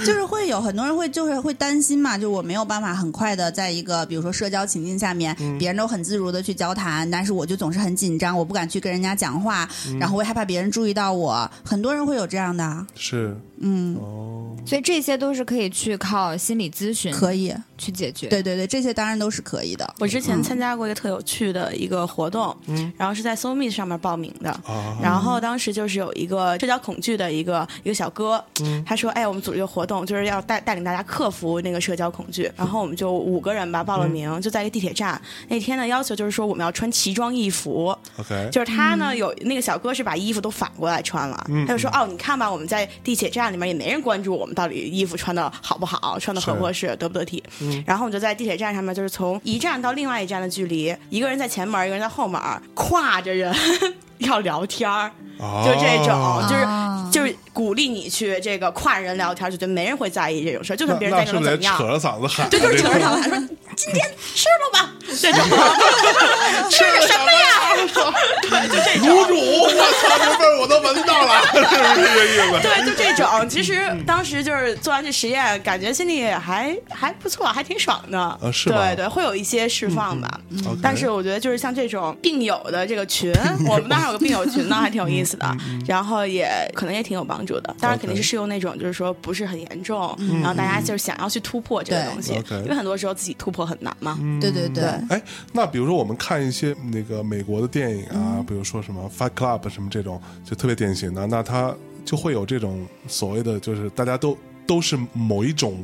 就是会有很多人会就是会担心嘛，就我没有办法很快的在一个比如说社交情境下面，
嗯
别人都很自如的去交谈，但是我就总是很紧张，我不敢去跟人家讲话，
嗯
然后我也害怕别人注意到我。很多人会有这样的，啊
是
嗯，
哦，
所以这些都是可以去靠心理咨询
可以，
去解决。
对对对，这些当然都是可以的。
我之前参加过一个特有趣的一个活动，然后是在 s o m e 上面报名的。
啊，
然后当时就是有一个社交恐惧的一个一个小哥，他说：“哎，我们组织一个活动，就是要带带领大家克服那个社交恐惧。”然后我们就五个人吧报了名，就在一个地铁站。那天的要求就是说我们要穿奇装异服，
OK，
就是他呢有那个小哥是把衣服都反过来穿了，
嗯
他就说：“哦，你看吧，我们在地铁站里面也没人关注我们到底衣服穿的好不好，穿的合不合适，得不得体。”
嗯
然后我就在地铁站上面，就是从一站到另外一站的距离，一个人在前门，一个人在后门，挎着人 <laughs> 要聊天儿。就
就
这种，就是、
啊
就是鼓励你去这个跨人聊天，就觉得没人会在意这种事儿，就
那
算别人在意
那
能
是不是
怎么
得
样
扯？着嗓子喊？
对，就是扯着
这
嗓
种 <laughs>
子喊说：“今天吃了吧？”这种吃了什么呀？对，就这
卤煮，
种。
我操，这味儿我都闻到了，是不是这 <laughs> 个意思？
对，就这种。其实当时就是做完这实验，感觉心里还还不错，还挺爽的。
啊是吧
对对，会有一些释放吧。嗯
OK
但是我觉得就是像这种病友的这个群，我们那儿有个病友群呢，还挺有意思的，然后也可能也挺有帮助的。当然
OK
肯定是适用那种就是说不是很严重，然后大家就是想要去突破这个
对嗯
东西，
OK
因为很多时候自己突破很难嘛。
对对对，
哎，那比如说我们看一些那个美国的电影啊，
嗯
比如说什么《Fight Club》什么这种，就特别典型的，那它就会有这种所谓的，就是大家都都是某一种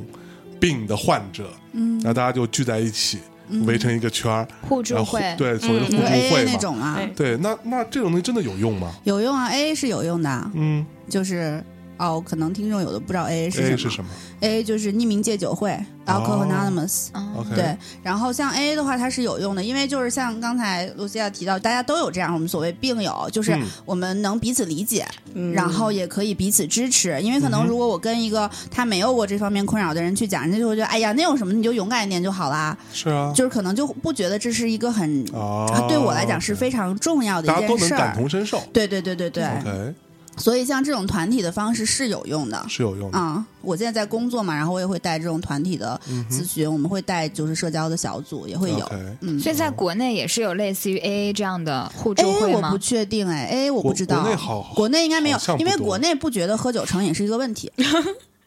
病的患者，嗯，那大家就聚在一起，
嗯
围成一个圈儿，
互助
然后互
会
对，所谓的互助
你说嗯 A
会
A
嘛
那，种啊，
对，
对
那那这种东西真的有用吗？
有用啊，A A 是有用的，啊
嗯
就是哦，可能听众有的不知道 A A
，A
是
是
什么
什么
，A A 就是匿名戒酒会，Alcohol Anonymous。
嗯
？OK，
对，然后像 A A 的话，它是有用的，因为就是像刚才露西亚提到，大家都有这样我们所谓病友，就是
嗯
我们能彼此理解，
嗯
然后也可以彼此支持。因为可
嗯
能如果我跟一个他没有过这方面困扰的人去讲，人家就会觉得，哎呀，那有什么，你就勇敢一点就好啦。
是啊，
就是可能就不觉得这是一个很，啊
哦
对我来讲是非常重要的
大家都
一
能
件事
感
儿。
同身受
对对对对对。
，OK，
所以像这种团体的方式是有用的。
是有用的。
啊、我现在在工作嘛，然后我也会带这种团体的咨询，我们会带就是社交的小组，也会有。
嗯 OK
嗯
所以在国内也是有类似于 AA 这样
哎
的互助
，A
会
我
吗
不？确定哎，A 我
国
不知道，
国内好
国内应该没有
好像，不
因为
多
国内不觉得喝酒成瘾是一个问题，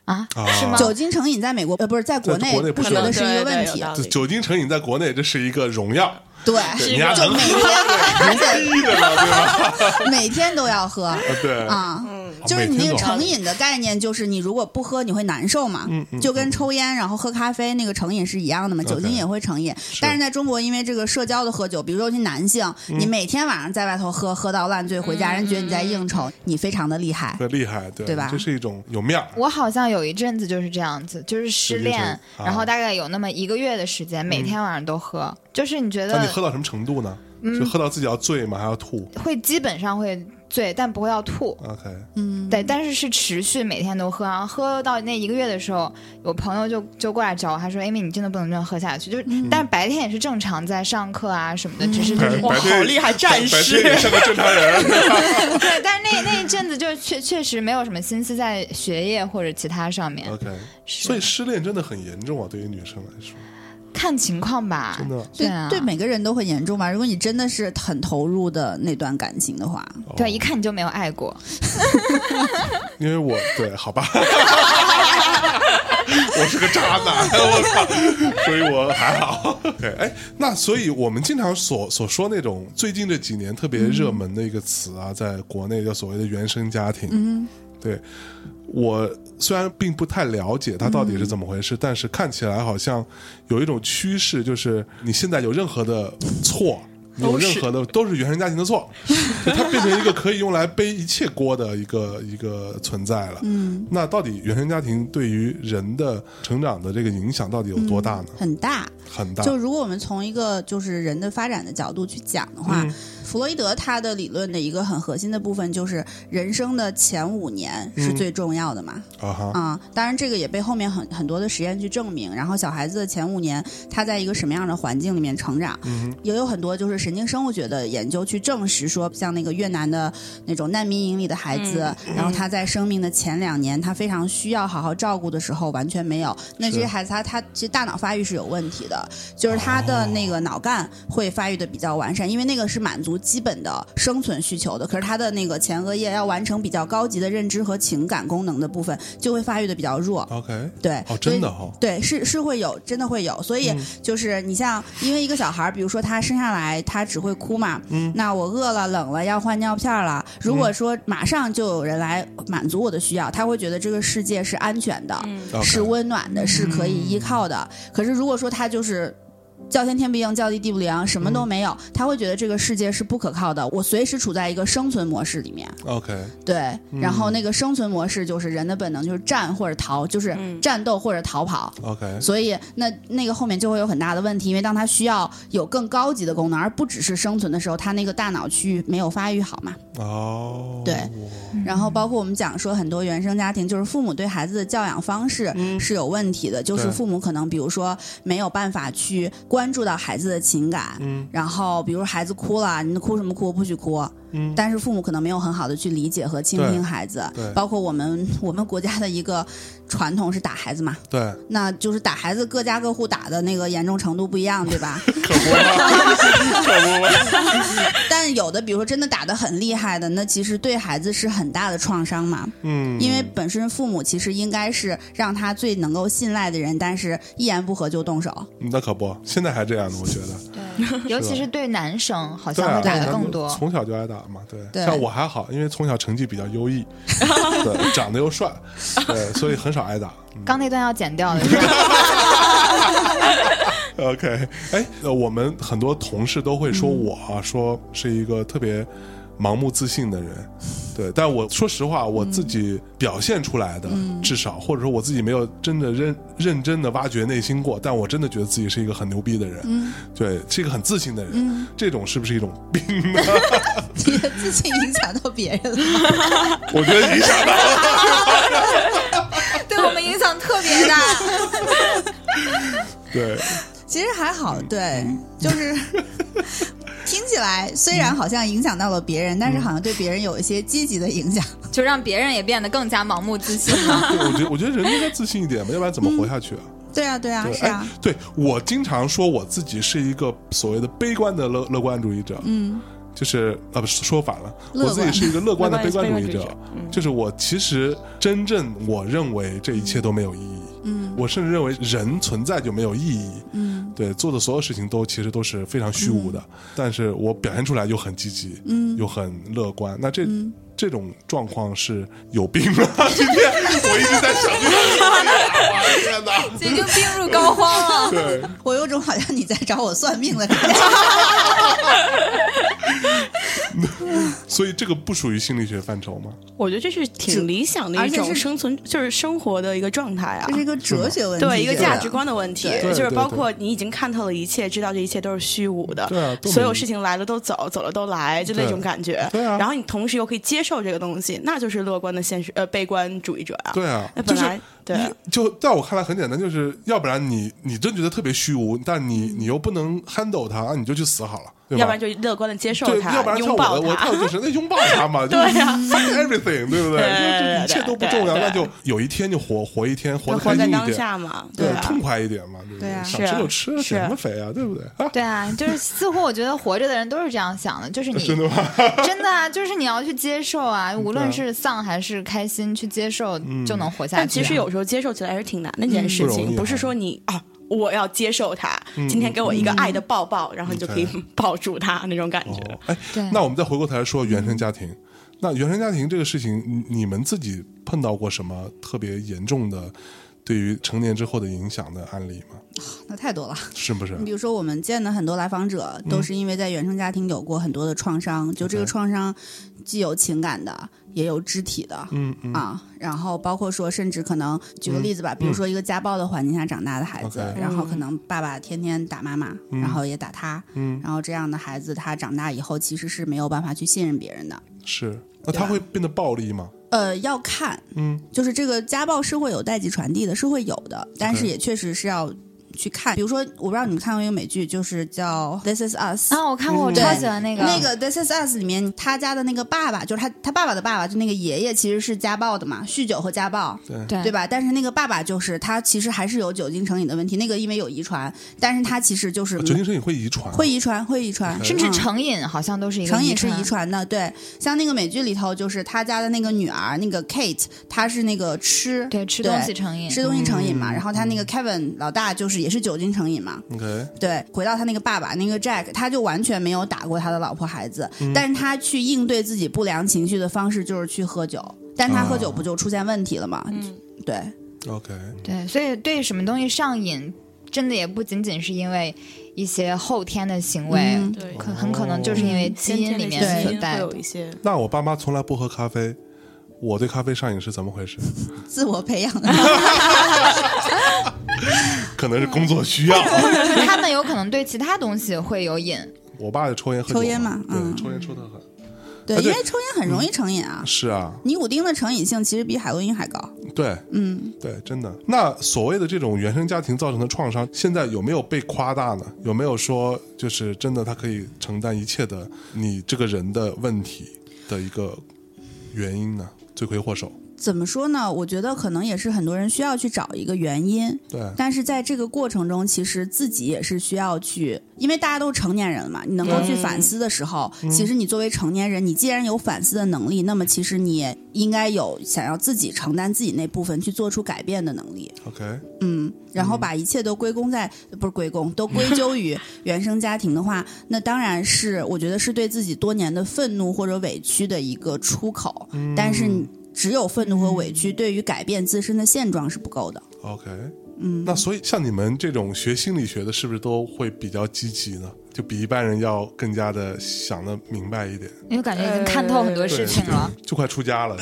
啊，
啊
是吗？
酒精成瘾在美国呃不是在国
在国内不觉
不觉
得
得是一个问
啊对对
题
有，道
这 <laughs>
理
酒精成瘾在国内这是一个荣耀，
对，
对，
是
你还
就
能
每
喝
天 <laughs>
牛逼的了，对吧？
每天都要喝
对，
嗯
啊，就是你
哦每
那
天
个
早上
成瘾的概念，就是你如果不喝你会难受嘛，
嗯嗯
就跟抽烟然后喝咖啡那个成瘾是一样的嘛，酒精
OK
也会成瘾。但是在中国，因为这个社交的喝酒，比如说尤其男性，
嗯
你每天晚上在外头喝，喝到烂醉回家，人觉得你在应
嗯
酬，你非常的厉害。
对厉害，对
对吧
这是一种有面儿，
我好像有一阵子就是这样子，就是失恋，
有一阵子啊嗯
然后大概有那么一个月的时间，每天晚上都喝，就是你觉
那你
得嗯
喝到什么程度呢？
嗯
就喝到自己要醉吗？还要吐
会基本上会醉，但不会到吐。
？OK，嗯
对，但是是持续每天都喝，然后喝到那一个月的时候，有朋友就就过来找我，他说：“Amy，你真的不能这样喝下去。”就是，
嗯
但是白天也是正常在上课啊什么的，只是就是
哇，
白天
好厉害，战
白天也
士！
像个正常人，
<laughs>
对，但是那那一阵子就确确实没有什么心思在学业或者其他上面，
OK，
是
呃所以失恋真的很严重啊，对于女生来说，
看情况吧。
真的。
对啊，
对，每个人都很严重吧。如果你真的是很投入的那段感情的话，
哦
对，一看你就没有爱过。
因为我对，好吧，我是个渣男，我操，所以我还好。对，哎，那所以我们经常所所说那种最近这几年特别热门的一个词啊，在国内叫所谓的原生家庭。嗯，对我虽然并不太了解它到底是怎么回
嗯
事，但是看起来好像有一种趋势，就是你现在有任何的错。有
都是
任何的都是原生家庭的错，就它变成一个可以用来背一切锅的一个 <laughs> 一个存在了。嗯，那到底原生家庭对于人的成长的这个影响到底有多大呢？
很大。
很大。
嗯就如果我们从一个就是人的发展的角度去讲的
嗯
话，弗洛伊德他的理论的一个很核心的部分就是人生的前五年是
嗯
最重要的嘛。
啊哈，
啊、当然这个也被后面很很多的实验去证明。然后小孩子的前五年，他在一个什么样的环境里面成长，
嗯
也有很多就是神经生物学的研究去证实说，像那个越南的那种难民营里的孩子，
嗯
然后他在生命的前两年，他非常需要好好照顾的时候，完全没有。那这些孩子他他其实大脑发育是有问题的，就是他的那个脑干会发育的比较完善，因为那个是满足基本的生存需求的。可是他的那个前额叶要完成比较高级的认知和情感功能的部分，就会发育的比较弱。
OK，
对，
哦，
所以
真的哈、哦，嗯
对，是是会有，真的会有。所以就是你像，因为一个小孩儿，比如说他生下来他只会哭嘛，那我饿了、冷了要换尿片儿了，如果说马上就有人来满足我的需要，他会觉得这个世界是安全的，
嗯 OK
是温暖的，是可以依靠的。可是如果说他就是。叫天天不应，叫地地不灵，什么都没有，他会觉得这个世界是不可靠的。我随时处在一个生存模式里面，
OK，
对，然后那个生存模式就是人的本能，就是战或者逃，就是战斗或者逃跑。
OK，
所以那那个后面就会有很大的问题，因为当他需要有更高级的功能，而不只是生存的时候，他那个大脑区域没有发育好嘛。
哦，
对
哇
然后包括我们讲说，很多原生家庭就是父母对孩子的教养方式
嗯
是有问题的，就是
对
父母可能比如说没有办法去关注到孩子的情感，
嗯
然后比如孩子哭了，你哭什么哭，不许哭，
嗯
但是父母可能没有很好的去理解和倾
对
听孩子
对，
包括我们我们国家的一个传统是打孩子嘛，
对，
那就是打孩子各家各户打的那个严重程度不一样，
<laughs>
对吧？
可不嘛， <laughs> 可不嘛，
但有的，比如说真的打得很厉害的，那其实对孩子是很大的创伤嘛。
嗯，
因为本身父母其实应该是让他最能够信赖的人，但是一言不合就动手。 <laughs>
嗯那可不，现在还这样呢，我觉得。
对，尤其是对男生，好
啊对
像
啊，
会打
咱
的更
们
多。
从小就挨打嘛，对。
对
像我还好，因为从小成绩比较优
<laughs>
异，对，长得又帅，对，所以很少挨打。
刚那段要
<laughs>
剪掉的是吧， <laughs>
OK，哎，呃我们很多同事都会说
嗯
我啊，说是一个特别盲目自信的人，对。但我说实话，我
嗯
自己表现出来的，至少或者说我自己没有真的认认真的挖掘内心过，但我真的觉得自己是一个很牛逼的人，
嗯
对，是一个很自信的人。这种是不是一种 <laughs> 病呢？
你的自信影响到别人了，
我觉得影响到了。
<laughs> 对我们影响特别大。 <laughs>
对，
其实还好，对，就是
<laughs>
听起来虽然好像影响到了别人，
嗯
但是好像对别人有一些积极的影响。
就让别人也变得更加盲目自信了。
对，
<laughs>
我觉得我觉得人应该自信一点吧，要不然怎么活下去啊？
对啊，对啊，
对，
是啊
哎。，对我经常说我自己是一个所谓的悲观的乐乐观主义者，嗯，就是啊不是说反了，
乐观
我自己是一个乐观的
乐
悲
观
观主义
悲观
者
主义者，
就是我其实真正我认为这一切都没有意义，嗯，我甚至认为人存在就没有意义，嗯，对，做的所有事情都其实都是非常虚无的，但是我表现出来又很积极，嗯，又很乐观，那这这种状况是有病吗？ <laughs> 今天我一直在想这个问题，我天哪！
这就病入膏
<laughs>
肓了。
对，
哎
我有种好像你在找我算命的感
<laughs>
觉。
所以这个不属于心理学范畴吗？
我觉得这是挺理想的
而
一
且
种
是
生存，就是生活的一个状态啊
这。是一个哲学问题，
对一个
觉得
价值。观的问题
对，
就是
对
包
对
括你已经看透了一切，知道这一切都是虚无的，
对啊都没
所有事情来了都走，走了都来，就那
对
种感觉。
对啊
然后你同时又可以接受这个东西，那就是乐观的现实，呃，悲观主义者啊。
对啊
那，
就
本
是
来对啊
你就在我看来很简单，就是要不然你你真觉得特别虚无，但你你又不能 handle 它，啊你就去死好了，对吧？
嗯要不然就乐观的接受
对，
它，
要不然像
拥
我
抱
的，我
它
跳。就是那拥抱它
<laughs>
嘛，就是
对呀
fuck everything，对不对？
对
就是一
对
切都不重要，
对
那就有一天就活活一天，活
<laughs> 就
得
活
开
在
心一
当
点，
下嘛，
对，
吧？
痛快一点嘛，对不
对啊
想吃就吃，
是
减什么肥啊，对不对？啊，
对啊，就是似乎我觉得活着的人都是这样想的，就是你
真的吗？ <laughs>
<laughs> 真的啊，就是你要去接受啊，无论是丧还是开心，去接受
嗯
就能活下去啊、
但其实有时候接受起来还是挺难的一件事
不容易
情，
啊嗯
不是说你啊，我要接受它，今天给我一个爱的抱抱，然后你就可以抱住它那种感觉
哦。，哎
嗯
对，
那我们再回过头来说原生家庭。那原生家庭这个事情，你你们自己碰到过什么特别严重的对于成年之后的影响的案例吗？
那太多了。
是不是？
比如说，我们见的很多来访者都是因为在原生家庭有过很多的创伤，就这个
OK
创伤既有情感的，也有肢体的，
嗯嗯
啊，然后包括说，甚至可能举个例子吧，比如说一个家暴的环境下长大的孩子，
OK
然后可能爸爸天天打妈妈，然后也打他，
嗯
然后这样的孩子他长大以后其实是没有办法去信任别人的。
是。那
对
他
啊
会变得暴力吗？
呃，要看，
嗯，
就是这个家暴是会有代际传递的，是会有的，但是
OK
也确实是要去看。比如说，我不知道你们看过一个美剧，就是叫《This Is Us》。
啊，我看过，我
嗯对
超喜欢那个
那个《This Is Us》里面，他家的那个爸爸，就是他他爸爸的爸爸，就那个爷爷，其实是家暴的嘛，酗酒和家暴，
对
对吧？但是那个爸爸就是他，其实还是有酒精成瘾的问题，那个因为有遗传，但是他其实就是
酒精成瘾会遗传啊，
嗯会遗传，会遗传，
甚至
嗯
成瘾好像都是一个
成瘾是
传
遗传的，对。像那个美剧里头，就是他家的那个女儿，那个 Kate，她是那个吃
对吃东西成瘾，
吃东西成瘾
嗯
嘛，然后他那个 Kevin 老大就是也是酒精成瘾嘛，
OK，
对。回到他那个爸爸那个 Jack，他就完全没有打过他的老婆孩子，
嗯
但是他去应对自己不良情绪的方式就是去喝酒，但是他喝酒不就出现问题了嘛？
嗯
对，
OK，
对，所以对什么东西上瘾，真的也不仅仅是因为一些后天的行为，
嗯哦
对
可很可能就是因为基因里面
先天的
所
基
带
会
的
有。
<laughs>
一些。
那我爸妈从来不喝咖啡，我对咖啡上瘾是怎么回事？
自我培养
<laughs>
的。
可能是工作需
<laughs>
要。
他们有可能对其他东西会有瘾，
我爸就抽烟喝酒
抽烟嘛
对，
嗯
抽烟抽得很。
对，
啊对
因为抽烟很容易成瘾啊。
是啊，
尼古丁的成瘾性其实比海洛因还高。
对
嗯，
对，真的。那所谓的这种原生家庭造成的创伤，现在有没有被夸大呢？有没有说就是真的他可以承担一切的你这个人的问题的一个原因呢？罪魁祸首，
怎么说呢？我觉得可能也是很多人需要去找一个原因，
对
但是在这个过程中，其实自己也是需要去，因为大家都成年人了嘛，你能够去反思的时候，其实你作为成年人，你既然有反思的能力，那么其实你也应该有想要自己承担自己那部分去做出改变的能力。
，OK，
嗯，然后把一切都归功在不是归功，都归咎 <laughs> 于原生家庭的话，那当然是我觉得是对自己多年的愤怒或者委屈的一个出口。但是你只有愤怒和委屈，对于改变自身的现状是不够的。
OK，嗯，那所以像你们这种学心理学的，是不是都会比较积极呢？就比一般人要更加的想的明白一点。
因为感觉已经看透很多事情了。
对，就快出家了。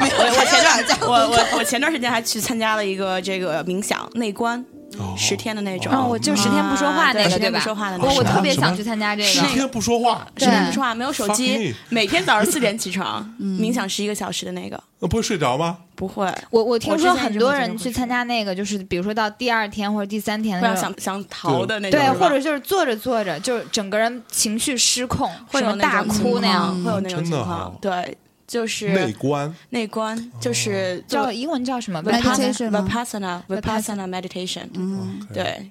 我我前段
在
<laughs>
我我我前段时间还去参加了一个这个冥想内观，
哦
<laughs> 十天的那种。
哦，我就十天不说话那
呃啊对
个，
十
对
天
吧？
不说话的那
我我
个
特别
什么
想去参加这
哦十
个。
天不说话，
十天
对
不说话，没有手
Fuck
机
me，
每天早上四点起床，
嗯
冥想十一个小时的那个，
那不会睡着吗？
不会，
我我听
我之
说
前
很
是
多
不
人
经
去
常
参加那个，就是比如说到第二天或者第三天
不
的
要
那种，
想想逃的那种，
对，
是吧
或者就是坐着坐着，就是整个人情绪失控，
会有
什么大
那种情
哭那样
况。会有那种
真的
情
哈
况，对，就是
内哦观
内观，就是做
叫英文叫什么
Meditation 吗
vipassana vipassana meditation，
嗯，
对，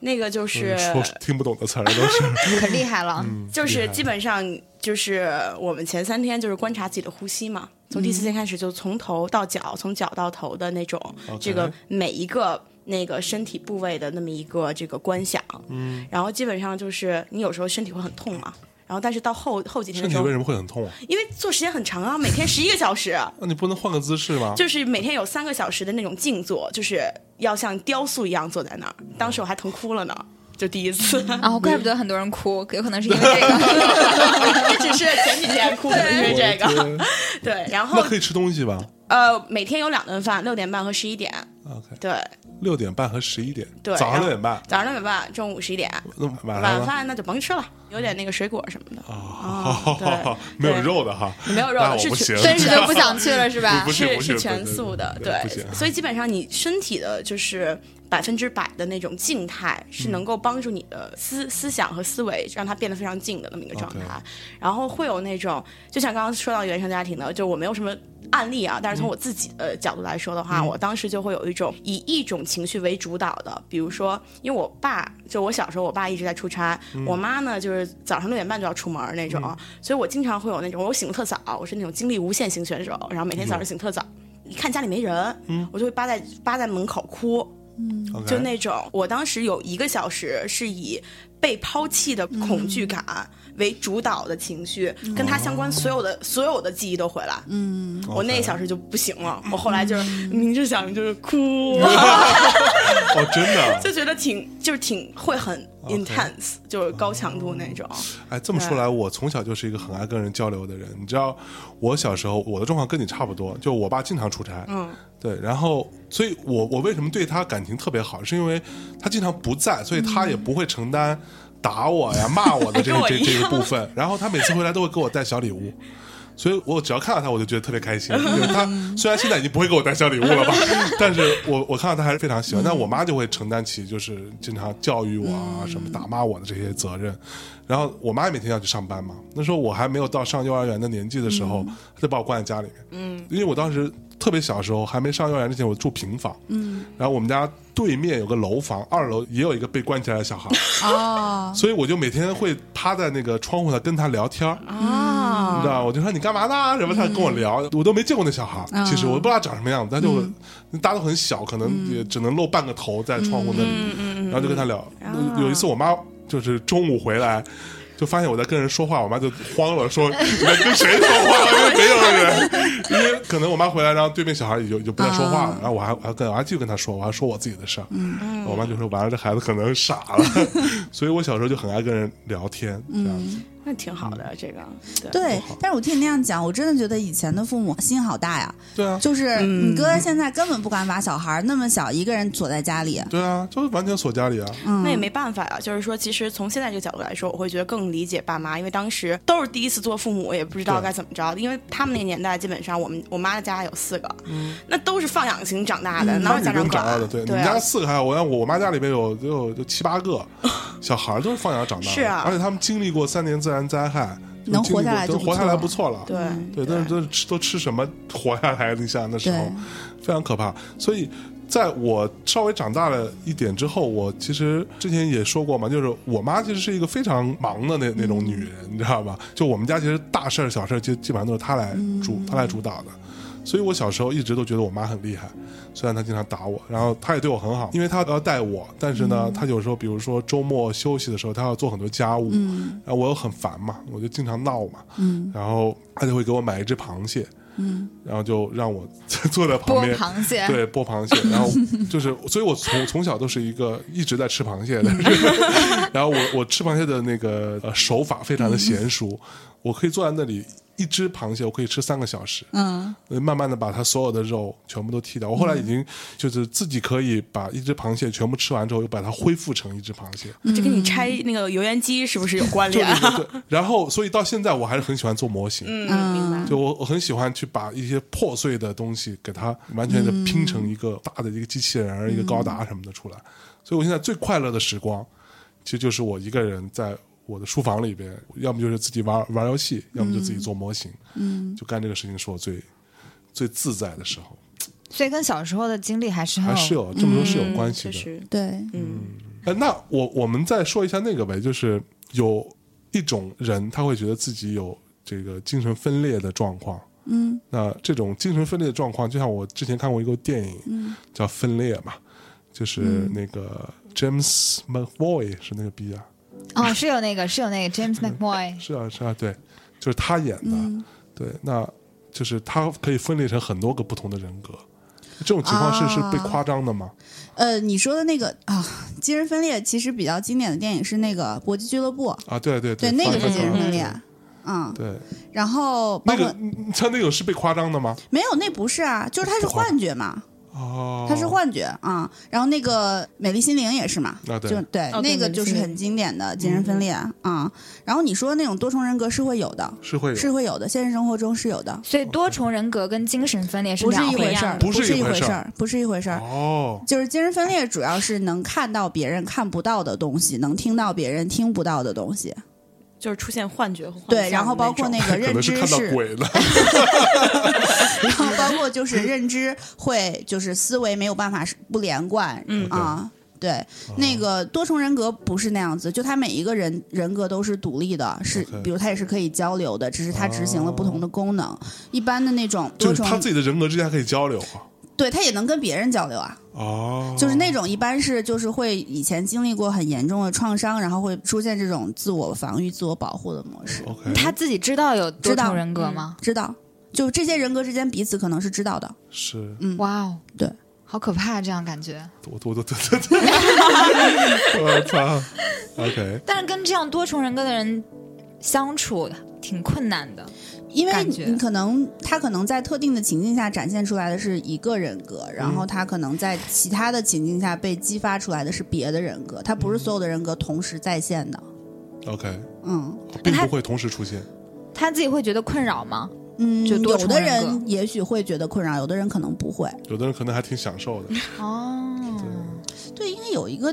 那个就
就是说听不懂的词儿都是，
可厉害了。
<laughs>
嗯
就是基本上就是我们前三天就是观察自己的呼吸嘛，从第
嗯
四天开始就从头到脚，从脚到头的那种
OK
这个每一个。那个身体部位的那么一个这个观想，嗯，然后基本上就是你有时候身体会很痛嘛，然然后但是到后后几天
身
的
体
时候
为，什么会很痛啊？
因为坐时间很长啊，每天十一个小时，
那你不能换个姿势吗？
就是每天有三个小时的那种静坐，就是要像雕塑一样坐在那儿。当时我还疼哭了呢，就第
<laughs>
一次，
啊，怪不得很多人哭，有可能是因为这个。 <laughs>
也只是前几天哭，可能因为这
我的
个。
天
对，然
那
后
可以吃东西吧
呃，每天有两顿饭，六点半和十一点。
？OK，
对，
六点半和十一点，
对
早上
然后
六点半，
早上六点半，中午十一点。
那晚上
晚
呢？
饭那就甭吃了，有点那个水果什么的，
哦
对，
没有
对
肉的哈，
没有肉
那
的，
我
是
不
全
行
真是就不想去了是吧
<laughs> 不？是
是
不是
全素的，
对不行
所以基本上你身体的就是百分之百的那种静态，是能够帮助你的思、思想和思维让它变得非常静的那么一个状态。然后会有那种，就像刚刚说到原生家庭的，就我没有什么案例啊，但是从我自己的角度来说的话，我当时就会有一种以一种情绪为主导的，比如说，因为我爸就我小时候，我爸一直在出差，我妈呢就是早上六点半就要出门那种，所以我经常会有那种我醒得特早，我是那种精力无限型选手，然后每天早上醒特早。一看家里没人，我就会扒在扒在门口哭，
OK
就那种，我当时有一个小时是以被抛弃的恐
嗯
惧感为主导的情绪，跟它相关所有的所有的记忆都回来。我那
嗯 OK
一
嗯
小时就不行了，我后来就是明着想就是哭，
哦，真的，
<laughs> 就觉得挺就是挺会很
OK
intense，就是高强度那种。
哎，这么说来，我从小就是一个很爱跟人交流的人。你知道，我小时候我的状况跟你差不多，就我爸经常出差，
嗯，
对，然后，所以我我为什么对他感情特别好，是因为他经常不在，所以他也不会承担打我呀、骂我
<laughs>
的这
嗯跟
个
我
这
一
这个
样
部分。然后他每次回来都会给我带小礼物。所以我只要看到他，我就觉得特别开心。就是
<laughs>
他虽然现在已经不会给我带小礼物了吧，但是我我看到他还是非常喜欢。
嗯
但我妈就会承担起就是经常教育我啊、什么
嗯
打骂我的这些责任。然后我妈每天要去上班嘛，那时候我还没有到上幼儿园的年纪的时候，
嗯
她就把我关在家里面。嗯，因为我当时特别小的时候，还没上幼儿园之前，我住平房。嗯，然后我们家对面有个楼房，二楼也有一个被关起来的小孩，
哦，
所以我就每天会趴在那个窗户上跟他聊天儿。
啊，
你知道，我就说你干嘛呢？什么？他跟我聊，我都没见过那小孩儿。其实我不知道长什么样子，他就、大家都很小，可能也只能露半个头在窗户那里，然后就跟他聊。有一次我妈就是中午回来。就发现我在跟人说话，我妈就慌了，说你在跟谁说话？因为没有人，因为可能我妈回来，然后对面小孩也就就不再说话了，然后我还我还跟我还继续跟他说，我还说我自己的事儿，我妈就说完了，这孩子可能傻了， <laughs> 所以我小时候就很爱跟人聊天，这样子，
那挺好的这个。
对，但是我听你那样讲，我真的觉得以前的父母心好大呀，
对啊，
就是你哥现在根本不敢把小孩那么小一个人锁在家里，
对啊，就是完全锁家里啊，
嗯
那也没办法呀、就是说，其实从现在这个角度来说，我会觉得更理解爸妈，因为当时都是第一次做父母，也不知道
对
该怎么着。因为他们那个年代，基本上我们我妈的家有四个，那都是放养型长大的，
嗯那
哪有
你
家长
跟
管
长
啊？
大的，对，你
对
们
啊
家四个还好，我让我我妈家里边有有就七八个小孩儿都是放养长大的，
是啊
而且他们经历过三年自然灾害，
能
经历
活下
过
来
都
就不
活下
错
来
了
不错了，
对
嗯
对，但是都吃都吃什么活下来？你想那时候
对
非常可怕。所以，在我稍微长大了一点之后，我其实之前也说过嘛，就是我妈其实是一个非常忙的那那种女人，你知道吧？就我们家其实大事儿小事儿，就基本上都是她来主、她来主导的。所以我小时候一直都觉得我妈很厉害，虽然她经常打我，然后她也对我很好，因为她要带我，但是呢，她有时候比如说周末休息的时候，她要做很多家务，然后我又很烦嘛，我就经常闹嘛，然后她就会给我买一只螃蟹，然后就让我 <laughs> 坐在旁
剥
边。
螃蟹，
对，剥螃蟹，然后就是，所以我从从小都是一个一直在吃螃蟹的人， <laughs> 然后我我吃螃蟹的那个呃手法非常的娴熟，我可以坐在那里一只螃蟹，我可以吃三个小时，
嗯，
呃慢慢的把它所有的肉全部都剔掉。我后来已经就是自己可以把一只螃蟹全部吃完之后，又把它恢复成一只螃蟹，
这跟你拆那个油烟机是不是有关联？啊
对对。然后，所以到现在我还是很喜欢做模型，
嗯，明白。
就我我很喜欢去把一些破碎的东西给它完全的拼成一个大的一个机器人儿、一个高达什么的出来。所以我现在最快乐的时光，其实就是我一个人在我的书房里边，要么就是自己玩玩游戏，要么就自己做模型，嗯，就干这个事情是我最最自在的时候，
所以跟小时候的经历还是
还
很
是
有。
有这么说是有关系
哦
的。
嗯确实，
对，
嗯，
哎，那我我们再说一下那个呗，就是有一种人他会觉得自己有这个精神分裂的状况，嗯，那这种精神分裂的状况，就像我之前看过一个电影，嗯，叫《
嗯
分裂》嘛，就是那个 James McVoy 是那个逼啊，
哦，是有那个，是有那个 James McMoy，
是啊，是啊，对，就是他演的，
嗯，
对，那就是他可以分裂成很多个不同的人格。这种情
啊
况是、是被夸张的吗？
呃，你说的那个啊，精神分裂其实比较经典的电影是那个《搏击俱乐部》，
啊，对对
对，那个是精神分裂。嗯，
对，
然后包
那
括、
个嗯像那种是被夸张的吗？
没有，那不是啊，就是它是
不会
幻觉嘛，
哦，
它是幻觉啊、然后那个《美丽心灵》也是嘛，
啊对嗯
就对、
哦对
那个就是很经典的精神分裂啊、然后你说的那种多重人格是会有的，
是会有
是会有的，现实生活中是有的，
所以多重人格跟精神分裂是
不是
两
一
回
回事儿，
不
不
是一
一
回
回
事儿
事儿，不是一回事儿。
哦，
就是精神分裂，主要是能看到别人看不到的东西，能听到别人听不到的东西。
就是出现幻觉和幻
对，然后包括
那
那
种
个
<laughs> 可
认
能是
知
看到鬼了，
然后 <laughs> 包括就是认知会就是思维没有办法是不连贯，
嗯
哦
啊。对，那个多重人格不是那样子，就他每一个人人格都是独立的，是
OK 哦
比如他也是可以交流的，只是他执行了不同的功能。一般的那种
就
多
是
重
他，自己的人格之间还可以交流啊。
对他也能跟别人交流啊，
哦，
就是那种一般是就是会以前经历过很严重的创伤，然后会出现这种自我防御、自我保护的模式。
OK，
他自己知道有多
知道
重人格吗？
知道，就这些人格之间彼此可能是知道的，
是
嗯
哇哦，
对，
好可怕，这样感觉。
我我我我我操，OK，
但是跟这样多重人格的人相处挺困难的。
因为
感觉
你可能他可能在特定的情境下展现出来的是一个人格，然后他可能在其他的情境下被激发出来的是别的人格，他不是所有的人格同时在线的。
OK，
嗯
并不会同时出现。
他自己会觉得困扰吗？
嗯，
就多
有
重
的
人格
人也许会觉得困扰，有的人可能不会。
有的人可能还挺享受的，
哦，
对，应该有一个，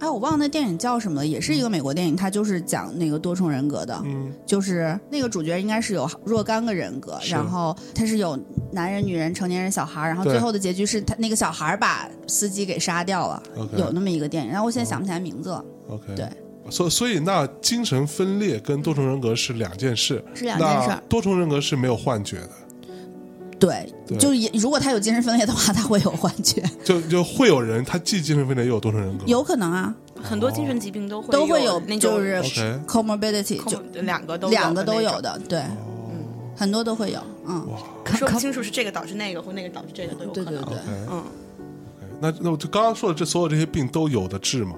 哎，我忘了那电影叫什么了，也是一个美国电影，它就是讲那个多重人格的，
嗯，
就是那个主角应该是有若干个人格，
是
然后他是有男人、女人、成年人、小孩儿，然后
对
最后的结局是他那个小孩儿把司机给杀掉了
OK
有那么一个电影，然后我
嗯
现在想不起来名字了，
OK，
对，
所所以那精神分裂跟多重人格是两件事，
是两件事
那
儿。
多重人格是没有幻觉的，
对，
对
就是也如果他有精神分裂的话，他会有幻
<laughs>
觉，
就就会有人他既精神分裂又有多重人格，
有可能啊，
很多精神疾病都会
都会
有那种
就是
OK
comorbidity，
控
就
两个都
两个都
有
有
的
的，对，
哦
很多都会有，嗯，
那种，说
可
不清楚是这个导致那个或那个导致这个都有
对
可
对
能。
对
OK，。
嗯，
OK，那那我就刚刚说的这所有这些病都有的治吗？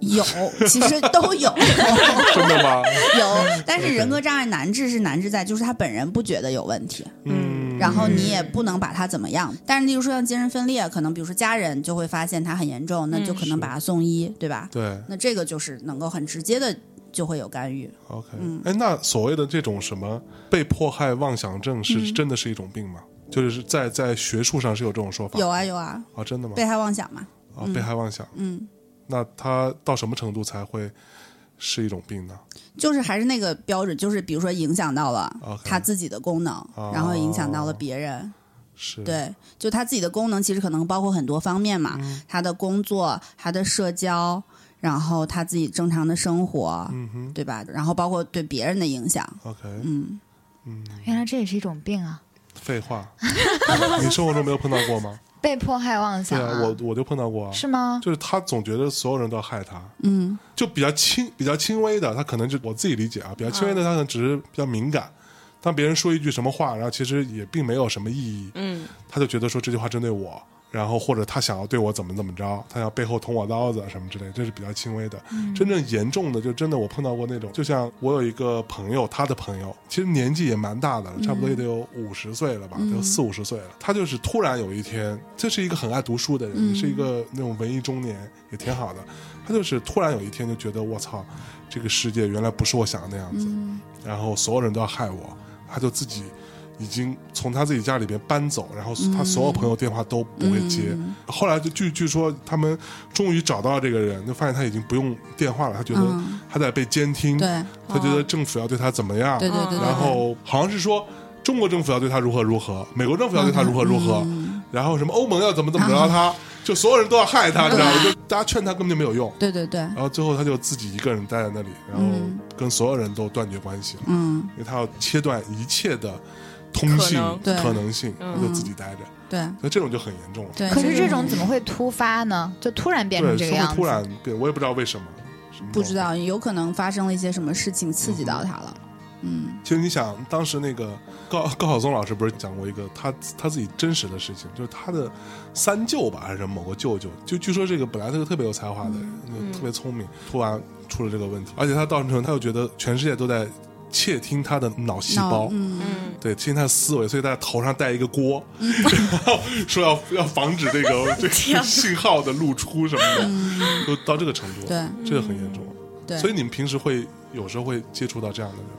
有，其实都有。
<laughs> 真的吗？
<laughs>
嗯
有，但是人格障碍难治是难治在，就是他本人不觉得有问题，
嗯，
然后你也不能把他怎么样。但是，例如说像精神分裂，可能比如说家人就会发现他很严重，那就可能把他送医，对吧？
对
那这个就是能够很直接的就会有干预。
，OK，哎，
嗯
那所谓的这种什么被迫害妄想症是
嗯
真的是一种病吗？就是在在学术上是有这种说法，
有啊有啊，
啊，真的吗？
被害妄想嘛，
啊，被害妄想，
嗯，
那他到什么程度才会是一种病呢？
就是还是那个标准，就是比如说影响到了
OK
他自己的功能
哦
然后影响到了别人。
是，
对，就他自己的功能其实可能包括很多方面嘛，
嗯
他的工作、他的社交，然后他自己正常的生活，
嗯哼
对吧？然后包括对别人的影响，
，OK，
嗯，
原来这也是一种病啊！
废话， <laughs> 你生活中没有碰到过吗？
被迫害妄
对
想、
啊，我我就碰到过啊，
是吗？
就是他总觉得所有人都要害他，
嗯，
就比较轻、比较轻微的，他可能就我自己理解啊，比较轻微的，他可能只是比较敏感。当别人说一句什么话，然后其实也并没有什么意义，
嗯，
他就觉得说这句话针对我，然后或者他想要对我怎么怎么着，他要背后捅我刀子什么之类，这是比较轻微的。真正严重的，就真的我碰到过那种，就像我有一个朋友，他的朋友其实年纪也蛮大的了，差不多也得有五十岁了吧，得有四五十岁了。他就是突然有一天，这是一个很爱读书的人，也是一个那种文艺中年，也挺好的。他就是突然有一天就觉得我操，这个世界原来不是我想的那样子，
嗯
然后所有人都要害我，他就自己已经从他自己家里边搬走，然后他所有朋
嗯
友电话都不会接。后来就据据说他们终于找到这个人，就发现他已经不用电话了，他觉得
嗯
他在被监听，
对，哦
他觉得政府要对他怎么样，
对对对对对
嗯然后好像是说。中国政府要对他如何如何，美国政府要对他如何如何，然后什么欧盟要怎么怎么着他，就所有人都要害他，知道吗？就大家劝他根本就没有用。
对对对，
然后最后他就自己一个人待在那里，然后跟所有人都断绝关系了，
嗯，
因为他要切断一切的通信
可能
对
可能性，他就自己待着，
对
那这种就很严重了。
对。
可是
就
这种怎么会突发呢？就突然变成
对，
这
是
个样
会
子？
突然变，我也不知道为什么，什么？
不知。道，有可能发生了一些什么事情刺激到他了。嗯
其实你想，当时那个高高晓松老师不是讲过一个他他自己真实的事情，就是他的三舅吧，还是某个舅舅，就据说这个本来是个特别有才华的
嗯
人，就特别聪明，突然出了这个问题，而且他到成他又觉得全世界都在窃听他的脑细胞
脑。嗯，
嗯，
对，窃听他的思维，所以他头上戴一个锅， <laughs> 然后说要 <laughs> 要防止这
<laughs>
个这
天
个
哪
信号的露出什么的，都到这个程度，
嗯对，嗯
这个很严重。
对。
所以你们平时会有时候会接触到这样的人吗，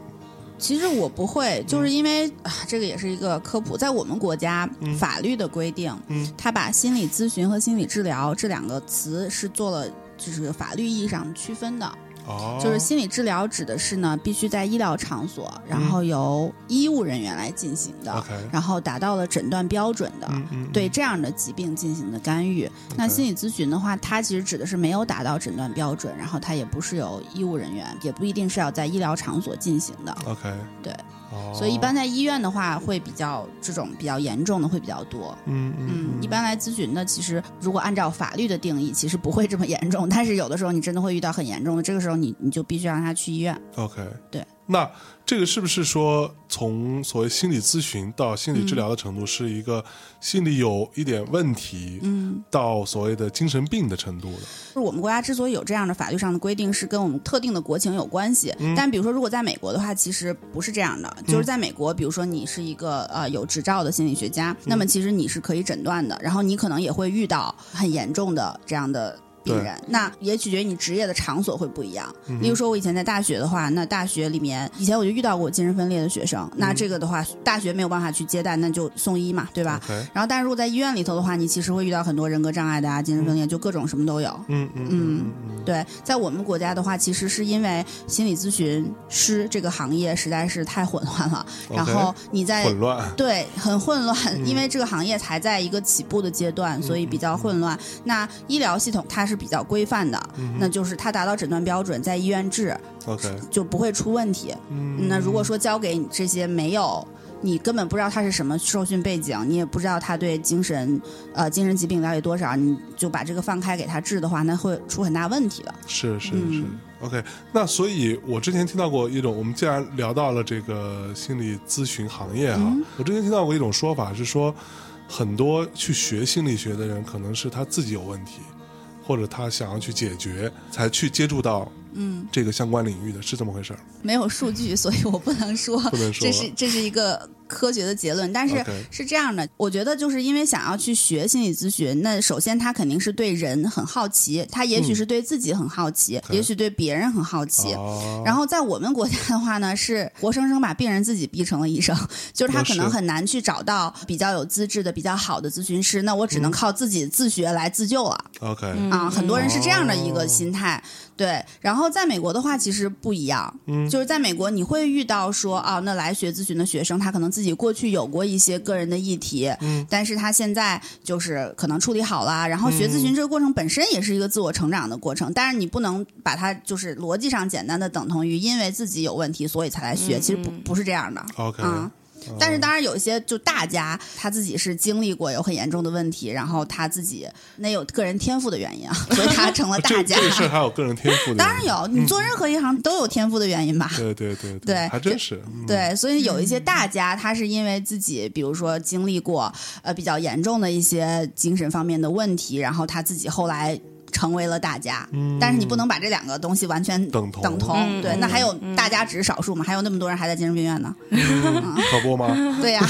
其实我不会，
嗯
就是因为、啊这个也是一个科普，在我们国家、法律的规定，
嗯
他把心理咨询和心理治疗这两个词是做了就是法律意义上区分的。
哦，
就是心理治疗指的是呢，必须在医疗场所，然后由医务人员来进行的，
嗯 OK
然后达到了诊断标准的。
嗯嗯，
对这样的疾病进行的干预，那心理咨询的话，它其实指的是没有达到诊断标准，然后它也不是由医务人员，也不一定是要在医疗场所进行的。
OK，
对，
哦
所以一般在医院的话，会比较这种比较严重的会比较多。
嗯
嗯
嗯，
一般来咨询的，其实如果按照法律的定义，其实不会这么 <laughs> 严重，但是有的时候你真的会遇到很严重的，这个时候你你就必须让他去医院。
OK，
对，
那这个是不是说从所谓心理咨询到心
嗯
理治疗的程度，是一个心理有一点问题，嗯，到所谓的精神病的程度的？
就是我们国家之所以有这样的法律上的规定，是跟我们特定的国情有关系。但比如说，如果在美国的话，其实不是这样的。就是在美国，比如说你是一个呃有执照的心理学家，那么其实你是可以诊断的，然后你可能也会遇到很严重的这样的。病人，那也取决于你职业的场所会不一样。例如说，我以前在大学的话，那大学里面以前我就遇到过精神分裂的学生，那这个的话，大学没有办法去接待，那就送医嘛，对吧？
OK，
然后，但是如果在医院里头的话，你其实会遇到很多人格障碍的啊，精神分裂，就各种什么都有。
嗯嗯嗯嗯
对，在我们国家的话，其实是因为心理咨询师这个行业实在是太混乱了，
OK
然后你在
嗯混乱，嗯
对很混乱，因为这个行业才在一个起步的阶段，所以比较混乱。
嗯
那医疗系统它是比较规范的，那就是它达到诊断标准，在医院治
OK，
就不会出问题。
嗯
那如果说交给你这些没有。你根本不知道他是什么受训背景，你也不知道他对精神，呃，精神疾病了解多少，你就把这个放开给他治的话，那会出很大问题的。
是是
嗯
是，OK。那所以，我之前听到过一种，我们既然聊到了这个心理咨询行业哈，
嗯
我之前听到过一种说法是说，很多去学心理学的人，可能是他自己有问题，或者他想要去解决，才去接触到嗯这个相关领域的，是这么回事儿？
没有数据， <laughs> 所以我不能说
不能说
哦这是这是一个科学的结论。但是
OK
是这样的，我觉得就是因为想要去学心理咨询，那首先他肯定是对人很好奇，他也许是对自己很好奇，
嗯 OK
也许对别人很好奇。
哦，
然后在我们国家的话呢，是活生生把病人自己逼成了医生， <laughs> 就是他
那是
可能很难去找到比较有资质的、比较好的咨询师，那我只
嗯
能靠自己自学来自救了。
OK，
啊，很多人是这样的一个心态。对，然后在美国的话，其实不一样，就是在美国你会遇到说啊，那来学咨询的学生，他可能自己过去有过一些个人的议题，
嗯
但是他现在就是可能处理好了，然后学咨询这个过程本身也是一个自我成长的过程，但是你不能把它就是逻辑上简单的等同于因为自己有问题所以才来学，其实不不是这样的。
OK，嗯
啊。但是当然有一些就大家他自己是经历过有很严重的问题，然后他自己那有个人天赋的原因啊，所以他成了大
这
家
这。个事儿还有嗯个人天赋的，
当然。有，你做任何一行都有天赋的原因吧？
对对对
对
还真是，嗯
对，所以有一些大家他是因为自己，比如说经历过呃比较严重的一些精神方面的问题，然后他自己后来。成为了大家，但是你不能把这两个东西完全
嗯等同
等同，
嗯
对，那还有大家只是少数嘛，还有那么多人还在精神病院
<laughs>
呢，嗯
<laughs> 可不吗？
对呀、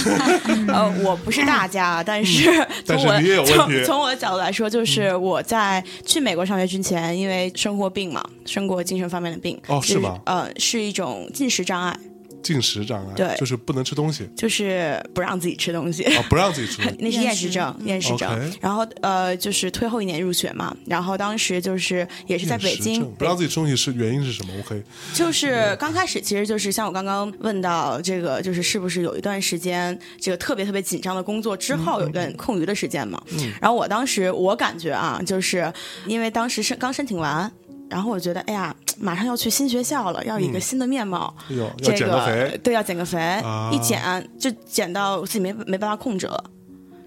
呃，我不是大家，啊
<laughs>
但是
嗯但是
从我
你也有问题嗯
从从我的角度来说，就是我在去美国上学之前，因为生过病嘛，生过精神方面的病。
哦
就是
吗
呃，是一种进食障碍，
进食障碍，
对
就是不能吃东西
就是不让自己吃东西。 <laughs>
啊，不让自己吃东西。
那是
厌
厌食
食
症，厌食症
OK。
然后呃，就是推后一年入学嘛。然后当时就是也是在北
厌食
京
症，不让自己吃东西是原因是什么？我可以
就是刚开始，其实就是像我刚刚问到这个，就是是不是有一段时间这个特别特别紧张的工作之
嗯
后有一段空余的时间嘛？然后我当时我感觉啊，就是因为当时申刚申请完，然后我觉得哎呀，马上要去新学校了，要一个新的面貌，
哎呦，嗯要
这个 <laughs>
减个肥，
啊对，要减个肥，一减就减到自己没没办法控制了。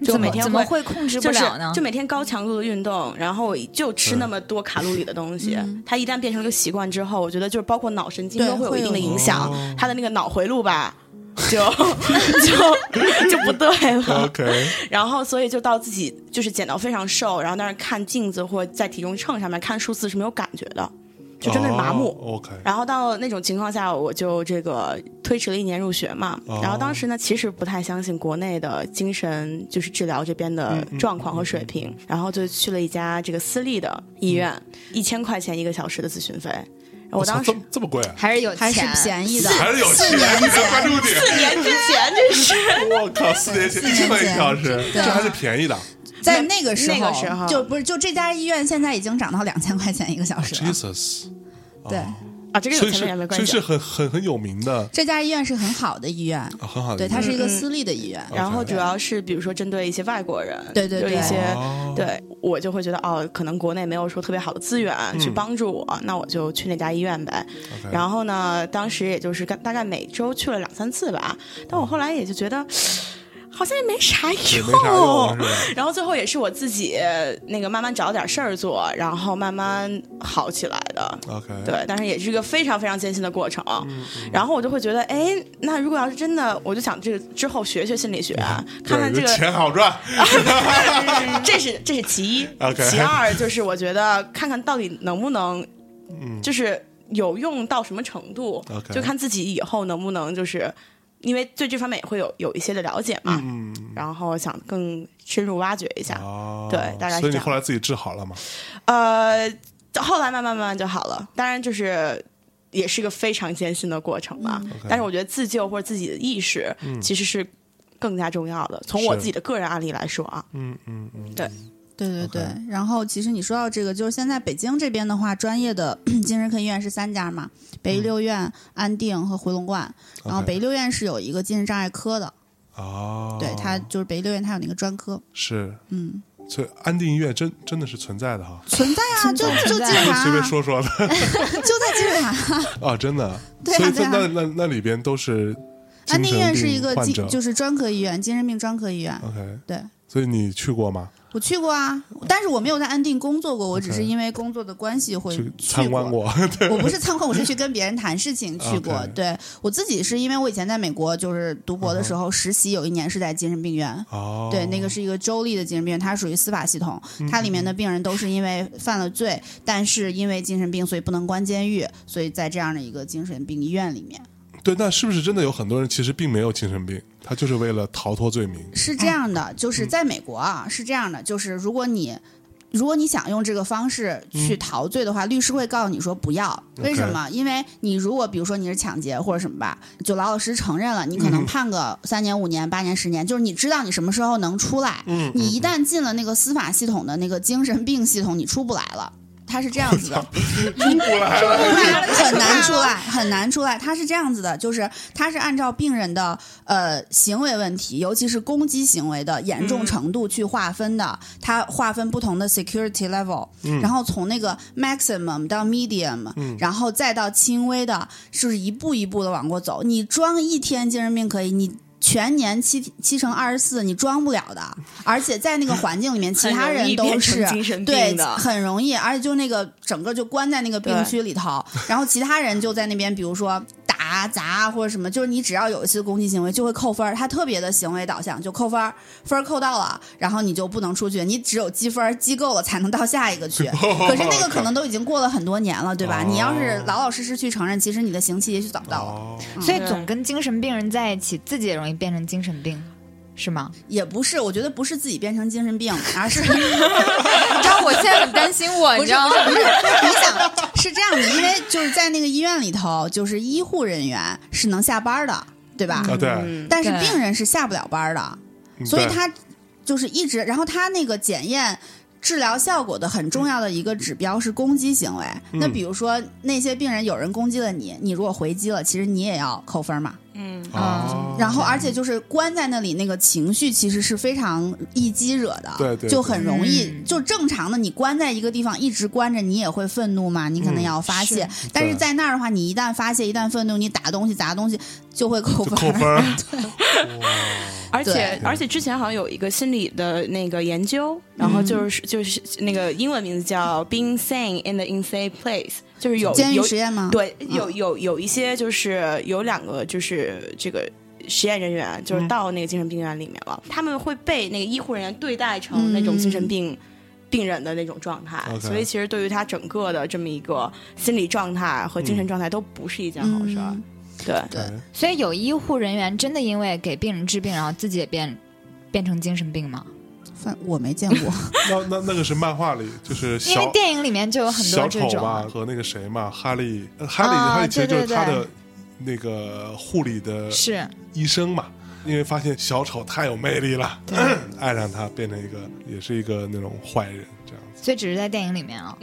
就每天
怎么会控制不
就是
了呢？
就每天高强度的运动，然后就吃那么多卡路里的东西，
嗯
它一旦变成一个习惯之后，我觉得就是包括脑神经
对
都会有
会
一定的
有
影响，
嗯
他的那个脑回路吧，
<laughs>
就就就不对了。
OK，
然后所以就到自己就是减到非常瘦，然后但是看镜子或在体重秤上面看数字是没有感觉的，就真的是麻木。
哦 OK，
然后到那种情况下，我就这个推迟了一年入学嘛。
哦
然后当时呢，其实不太相信国内的精神就是治疗这边的
嗯
状况和水平，然后就去了一家这个私立的医院，一千块钱一个小时的咨询费。然后
嗯
我
操
当时
这么这么贵啊，
还是有
还是
钱，
便宜的，
还是有钱，你的关注点。
年之前哎这是
我靠，四年前一千块一小时，这
啊
对
还是便宜的。
在那个时候，
那个时候
就不是就这家医院现在已经涨到两千块钱一个小时了。
Jesus，
对，
啊，这个
所
啊有
以
钱
是
人也没
所
关
以
系
是。很很很有名的，
这家医院是很好的医院，
啊很好的
对，
一个。
它是一个私立的医院。
嗯
然后主要是比如说针对一些外国人，
对对
有
对
一些
哦
对我就会觉得哦，可能国内没有说特别好的资源
嗯
去帮助我，那我就去那家医院呗。
OK
然后呢，当时也就是大概每周去了两三次吧，但我后来也就觉得好像也没啥
嗯也
用。
没啥
哦
用，是吧？
<laughs> 然后最后也是我自己呃那个慢慢找点事儿做，然后慢慢好起来的。
OK，
对，但是也是一个非常非常艰辛的过程。
嗯
然后我就会觉得，哎，那如果要是真的，我就想这个之后学学心理学，看看这
嗯对
个
钱好赚，
<laughs> 这是这是其一
OK
其二就是我觉得看看到底能不能，就是有用到什么程度
嗯 OK
就看自己以后能不能就是，因为对这方面也会有有一些的了解嘛，
嗯，
然后想更深入挖掘一下，
哦，
对大概
所
是
以
这
你
样
后来自己治好了吗？
呃，后来慢慢慢慢就好了，当然就是。也是个非常艰辛的过程吧，
嗯
但是我觉得自救或者自己的意识其实是更加重要的。从
嗯
我
是
自己的个人案例来说啊，
嗯嗯嗯，
对对对
OK
然后其实你说到这个，就是现在北京这边的话，专业的 <clears throat> 精神科医院是三家嘛，北医六院、安定和回龙观。然后
嗯 OK
北医六院是有一个精神障碍科的，
哦，
对，它就是北医六院它有那个专科，
是，
嗯，
所以安定医院真真的是存在的哈，
存在啊，就就
存在
金字塔
随便
啊，
说说的 <laughs>
就在金字塔。
啊，真的，
对啊
所以
对
在
啊
那那那里边都是
安
精神
定医院
病
是一个
患者
精，就是专科医院，精神病专科医院。
OK，
对，
所以你去过吗？
我去过啊，但是我没有在安定工作过，我只是因为工作的关系会
去
去
参观
过。
过，
我不是参观，我是去跟别人谈事情去过
OK。
对我自己是因为我以前在美国就是读博的时候实习，有一年是在精神病院。
<laughs> 嗯哦，嗯
对，那个是一个州立的精神病院，它属于司法系统，它里面的病人都是因为犯了罪，但是因为精神病，所以不能关监狱，所以在这样的一个精神病医院里面。
对，那是不是真的有很多人其实并没有精神病，他就是为了逃脱罪名？
是这样的，就是在美国啊，是这样的，就是如果你。如果你想用这个方式去陶醉的话，律师会告诉你说不要。为什么？因为你如果比如说你是抢劫或者什么吧，就老老实实承认了，你可能判个三年、五年、八年、十年，就是你知道你什么时候能出来。你一旦进了那个司法系统的那个精神病系统，你出不来了。它是这样子的，
出不来了，
很难出来，很难出来。它是这样子的，就是它是按照病人的呃行为问题，尤其是攻击行为的严重程度去划分的。它划分不同的 security level，、然
嗯
后从那个 maximum 到 medium，、然后再到轻微的，就是一步一步的往过走。你装一天精神病可以，你。全年七七乘二十四，你装不了的。而且在那个环境里面，其他人都是
很容易变成精神病
对
的
很容易，而且就那个整个就关在那个病区里头，然后其他人就在那边，比如说打砸啊或者什么，就是你只要有一次攻击行为就会扣分儿，他特别的行为导向就扣分儿，分儿扣到了，然后你就不能出去，你只有积分儿积够了才能到下一个区。可是那个可能都已经过了很多年了，对吧？
哦
你要是老老实实去承认，其实你的刑期也许早到了，
哦，
所以总跟精神病人在一起，自己也容易变成精神病，是 <laughs> 吗？
也不是，我觉得不是自己变成精神病，而是。 <laughs>
你知道我现在很担心我，你知道吗？
<laughs> 不是，你想是这样的，因为就是在那个医院里头，就是医护人员是能下班的，对吧？
啊，对，
嗯
但是
对
病人是下不了班的，
嗯
所以
对
他就是一直，然后他那个检验。治疗效果的很重要的一个指标是攻击行为。那比如说，那些病人有人攻击了你，你如果回击了，其实你也要扣分嘛。
嗯，
哦，
啊然后，而且就是关在那里，那个情绪其实是非常易激惹的，啊
对对
就很容易。
嗯
就正常的，你关在一个地方一直关着，你也会愤怒嘛，你可能要发泄。
嗯
但是在那儿的话，你
<laughs>
一 <laughs> 旦发泄，一旦愤怒，你打东西、砸东西就会扣
就
分。
扣分儿，
而且
对
而且之前好像有一个心理的那个研究，然后就是、就是那个英文名字叫 Being Sane in the Insane Place，就是有
监狱
有
实验吗？嗯
对有有有一些就是有两个就是这个。实验人员就是到那个精神病院里面了，他们会被那个医护人员对待成那种精神病、
嗯
病人的那种状态
OK
所以其实对于他整个的这么一个心理状态和精神状态都不是一件好事儿。
嗯
对，
对，
所以有医护人员真的因为给病人治病，然后自己也变变成精神病吗？
反我没见过， <laughs>
那那那个是漫画里，就是
因为
小
电影里面就有很
小
多这
丑
种
嘛
啊，
和那个谁嘛，哈利，呃哈利，
啊
哈利其实就是
对对
他的那个护理的
是
医生嘛，因为发现小丑太有魅力了， <clears throat> 爱上他，变成一个也是一个那种坏人这样子。
所以只是在电影里面啊。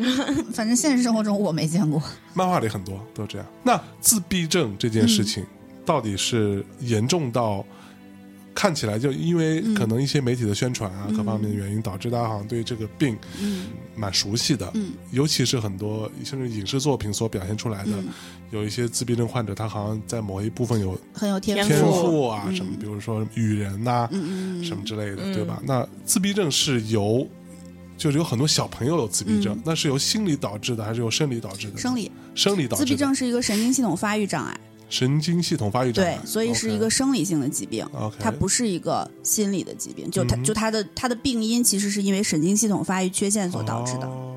反正现实生活中我没见过。
漫画里很多都这样。那自闭症这件事
嗯
情到底是严重到？看起来就因为
嗯
可能一些媒体的宣传啊，各方面的原因，导致大家好像对这个病
嗯
蛮熟悉的，
嗯
尤其是很多甚至影视作品所表现出来的，
嗯，
有一些自闭症患者，他好像在某一部分有
很有天
天
天赋
赋啊，什么，比如说语言呐、
嗯嗯嗯嗯，
什么之类的，
嗯
对吧？那自闭症是由，就是有很多小朋友有自闭
嗯
症，那是由心理导致的，还是由生理导致的？
生理
生理导致
自
的
闭症是一个神经系统发育障碍，
神经系统发育障碍
对，，所以是一个生理性的疾病。
OK，
它不是一个心理的疾病，就它
嗯哼
就它的它的病因其实是因为神经系统发育缺陷所导致的，
哦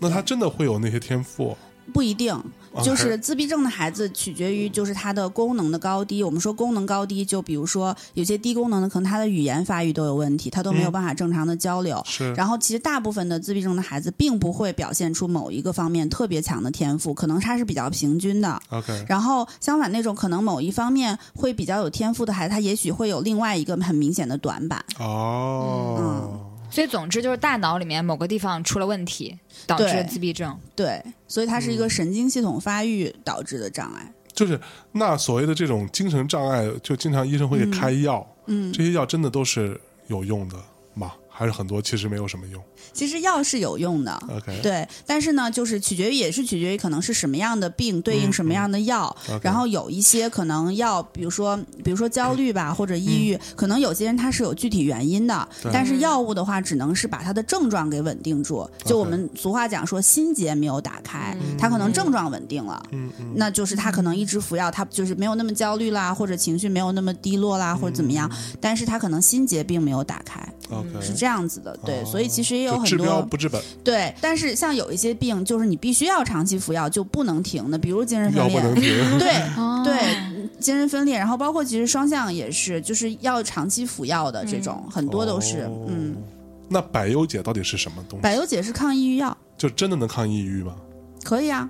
那他真的会有那些天赋？啊
不一定。
OK
<laughs> 就是自闭症的孩子取决于就是他的功能的高低。我们说功能高低，就比如说有些低功能的，可能他的语言发育都有问题，他都没有
嗯
办法正常的交流。
是
然后，其实大部分的自闭症的孩子并不会表现出某一个方面特别强的天赋，可能他是比较平均的。
OK，
然后相反，那种可能某一方面会比较有天赋的孩子，他也许会有另外一个很明显的短板。嗯
哦，
所以总之就是大脑里面某个地方出了问题，导致了
对
自闭症。
对，所以它是一
嗯
个神经系统发育导致的障碍。
就是那所谓的这种精神障碍，就经常医生会给开药，
嗯，
这些药真的都是有用的吗？还是很多其实没有什么用
其实药是有用的。
？OK，
对，但是呢，就是取决于也是取决于可能是什么样的病对应什么样的药，
嗯 OK
然后有一些可能药，比如说比如说焦虑吧、或者抑郁，可能有些人他是有具体原因的
嗯对，
但是药物的话只能是把他的症状给稳定住。就我们俗话讲说心结没有打开，他可能症状稳定了，
嗯嗯，
那就是他可能一直服药，他就是没有那么焦虑啦，或者情绪没有那么低落啦，或者怎么样，但是他可能心结并没有打开，
嗯 OK，
是这样子的。对，
哦
所以其实也有
就
很
治标
多
不治本，
对，但是像有一些病，就是你必须要长期服药，就不能停的，比如精神分
药 <laughs> 不能
裂。 <laughs>
停。
对
哦
对，精神分裂，然后包括其实双向也是，就是要长期服药的这种，很多都是。
嗯哦
嗯，。
那百忧解到底是什么东西？
百忧解是抗抑郁药，
就真的能抗抑郁吗？
可以啊，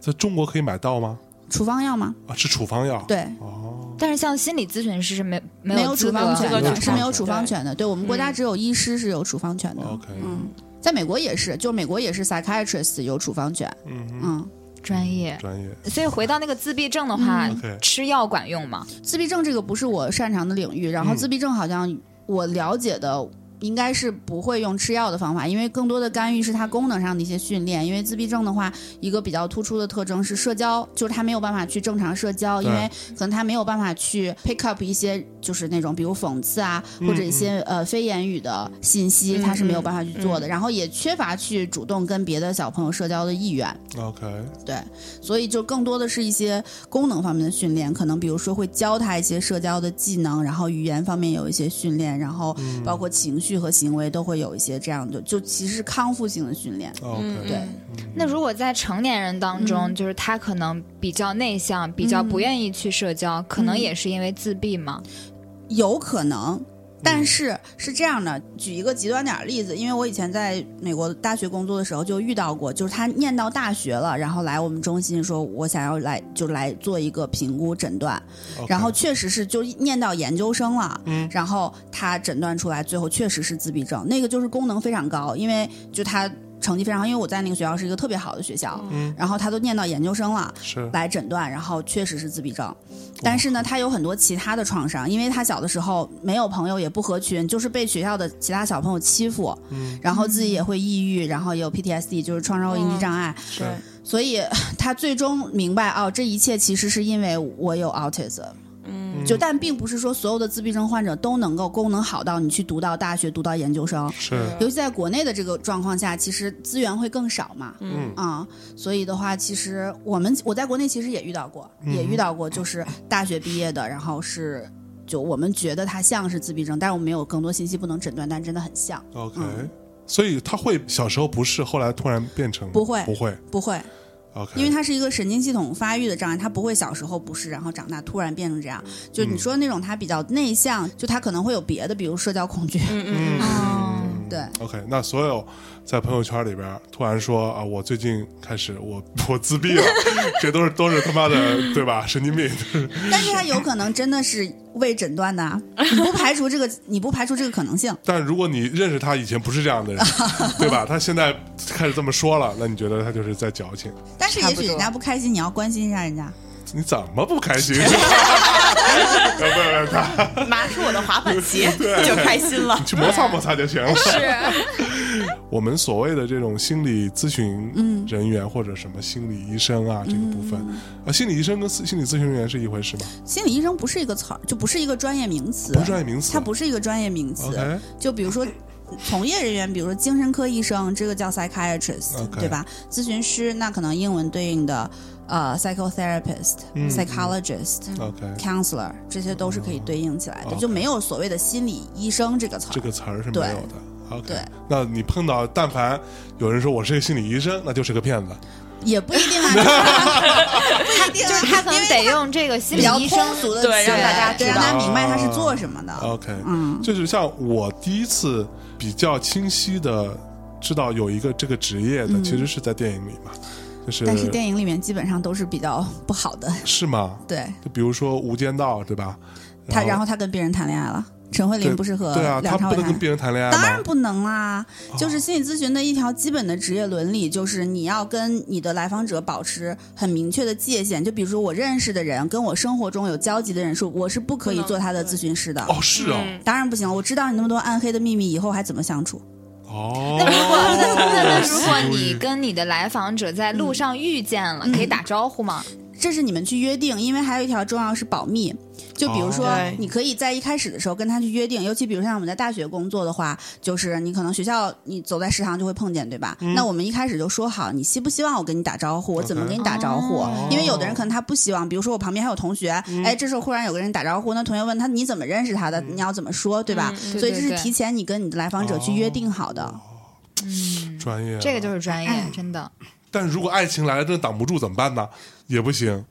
在中国可以买到吗？
处方药吗？
啊，是处方药。
对，
哦，
但是像心理咨询师是没没
没
有
处
资格
方
这
权
个
的，
处
是没有
方
处
权
方权的。对我们
嗯
国家只有医师是有处方权的。
哦 OK
嗯，在美国也是，就美国也是 psychiatrist 有处方权。
嗯哼，
嗯，
专业。
专业。
所以回到那个自闭症的话，
OK，
吃药管用吗？
自闭症这个不是我擅长的领域，然后
嗯
自闭症好像我了解的。应该是不会用吃药的方法，因为更多的干预是它功能上的一些训练。因为自闭症的话，一个比较突出的特征是社交，就是他没有办法去正常社交，
对
因为可能他没有办法去 pick up 一些就是那种比如讽刺啊，
嗯
或者一些呃非言语的信息，
嗯
他是没有办法去做
嗯
的。然后也缺乏去主动跟别的小朋友社交的意愿。
OK，
对，所以就更多的是一些功能方面的训练，可能比如说会教他一些社交的技能，然后语言方面有一些训练，然
嗯
后包括情绪和行为都会有一些这样的，就其实是康复性的训练。
嗯 OK，
嗯
嗯
对
那如果在成年人当
嗯
中，就是他可能比较内向，比较不愿意去社交，可
嗯
能也是因为自闭吗？
有可能。但是是这样的，举一个极端点儿的例子，因为我以前在美国大学工作的时候就遇到过，就是他念到大学了，然后来我们中心说，我想要来就来做一个评估诊断，
嗯 OK 嗯
然后确实是就念到研究生了，然后他诊断出来最后确实是自闭症，那个就是功能非常高，因为就他成绩非常好，因为我在那个学校是一个特别好的学校，
嗯
然后他都念到研究生了，
是
来诊断，然后确实是自闭症。但是呢，他有很多其他的创伤，因为他小的时候没有朋友，也不合群，就是被学校的其他小朋友欺负，
嗯
然后自己也会抑郁，然后也有 PTSD，就是创伤后应激障碍。
是
所以他最终明白，哦，这一切其实是因为我有 autism。
嗯
就但并不是说所有的自闭症患者都能够功能好到你去读到大学、读到研究生。
嗯是
尤其在国内的这个状况下，其实资源会更少嘛，
嗯
啊，所以的话，其实我们我在国内其实也遇到过，也遇到过，就是大学毕业的，然后是就我们觉得他像是自闭症，但是我们没有更多信息不能诊断，但真的很像，
OK，所
嗯
以他会小时候不是，后来突然变成
不会
不会
不会，
OK，
因为它是一个神经系统发育的障碍，它不会小时候不是，然后长大突然变成这样。就你说那种他比较内向，就他可能会有别的，比如社交恐惧，
嗯
哦
对
OK，那所有在朋友圈里边突然说啊，我最近开始我我自闭了，这都是都是他妈的对吧？神经病，
但是他有可能真的是未诊断的 <laughs> 啊，你不排除这个，你不排除这个可能性。
但如果你认识他以前不是这样的人，对吧？他现在开始这么说了，那你觉得他就是在矫情？
但是也许人家不开心，你要关心一下人家。
你怎么不开心？ <laughs> 要不要让他
拿出我的滑板
<laughs>
鞋就开心了
你。去摩擦摩擦就行了。是，我们所谓的这种心理咨询
嗯
人员或者什么心理医生啊，这个部分啊，心理医生跟思心理咨询人员是一回事吗？
心理医生不是一个词儿，就不是一个专业名词，
不是专业名词，
它不是一个专业名词。
OK
就比如说。从业人员，比如说精神科医生，这个叫 psychiatrist，、
OK
对吧？咨询师，那可能英文对应的，呃，psychotherapist、
嗯
psychologist、
OK。哦
counselor，这些都是可以对应起来的，
OK
就没有所谓的心理医生这个词儿。
这个词儿是没
对
有的。OK，
对
那你碰到但凡有人说我是个心理医生，那就是个骗子。
啊也不一
<laughs>
定啊，不一定啊，
就是他可
因
能
为
得用这个心
比
理
较
医
通
生
俗的
对
词
让大家知
对让大家
道
明白他是做什么的。
OK，
嗯，
就是像我第一次比较清晰的知道有一个这个职业的，其实是在电影里嘛，就是
嗯但是电影里面基本上都是比较不好的，
是吗？
对
就比如说《无间道》，对吧？
他，然后他跟别人谈恋爱了。陈慧
哦对
琳不是和
对啊，他
梁朝
不
伟
能
谈
跟？别人谈恋爱吗？哦
当然不能啦！就是心理咨询的一条基本的职业伦理，就是你要跟你的来访者保持很明确的界限。就比如说我认识的人，跟我生活中有交集的人说，我是不可以
不能
做他的
对
咨询师的。
哦，是啊，
嗯
当然不行了，我知道你那么多暗黑的秘密，以后还怎么相处？
哦，
那如果那那如果
所以
你跟你的来访者在
嗯
路上遇见了，可以打招呼吗？
这是你们去约定，因为还有一条重要是保密。就比如说
哦对，
你可以在一开始的时候跟他去约定，尤其比如像我们在大学工作的话，就是你可能学校你走在食堂就会碰见，对吧？
嗯
那我们一开始就说好，你希不希望我跟你打招呼，我怎么
OK
跟你打招呼？
哦嗯
因为有的人可能他不希望，比如说我旁边还有同学，哎，这时候忽然有个人打招呼，那同学问他你怎么认识他的，你要怎么说，对吧？
对
所以
嗯
这
对
是
对哦
提前你跟你的来访者去约定好的。嗯
嗯
专业啊，
这个就是专业，真的。
但如果爱情来了，真的挡不住怎么办呢？也不行。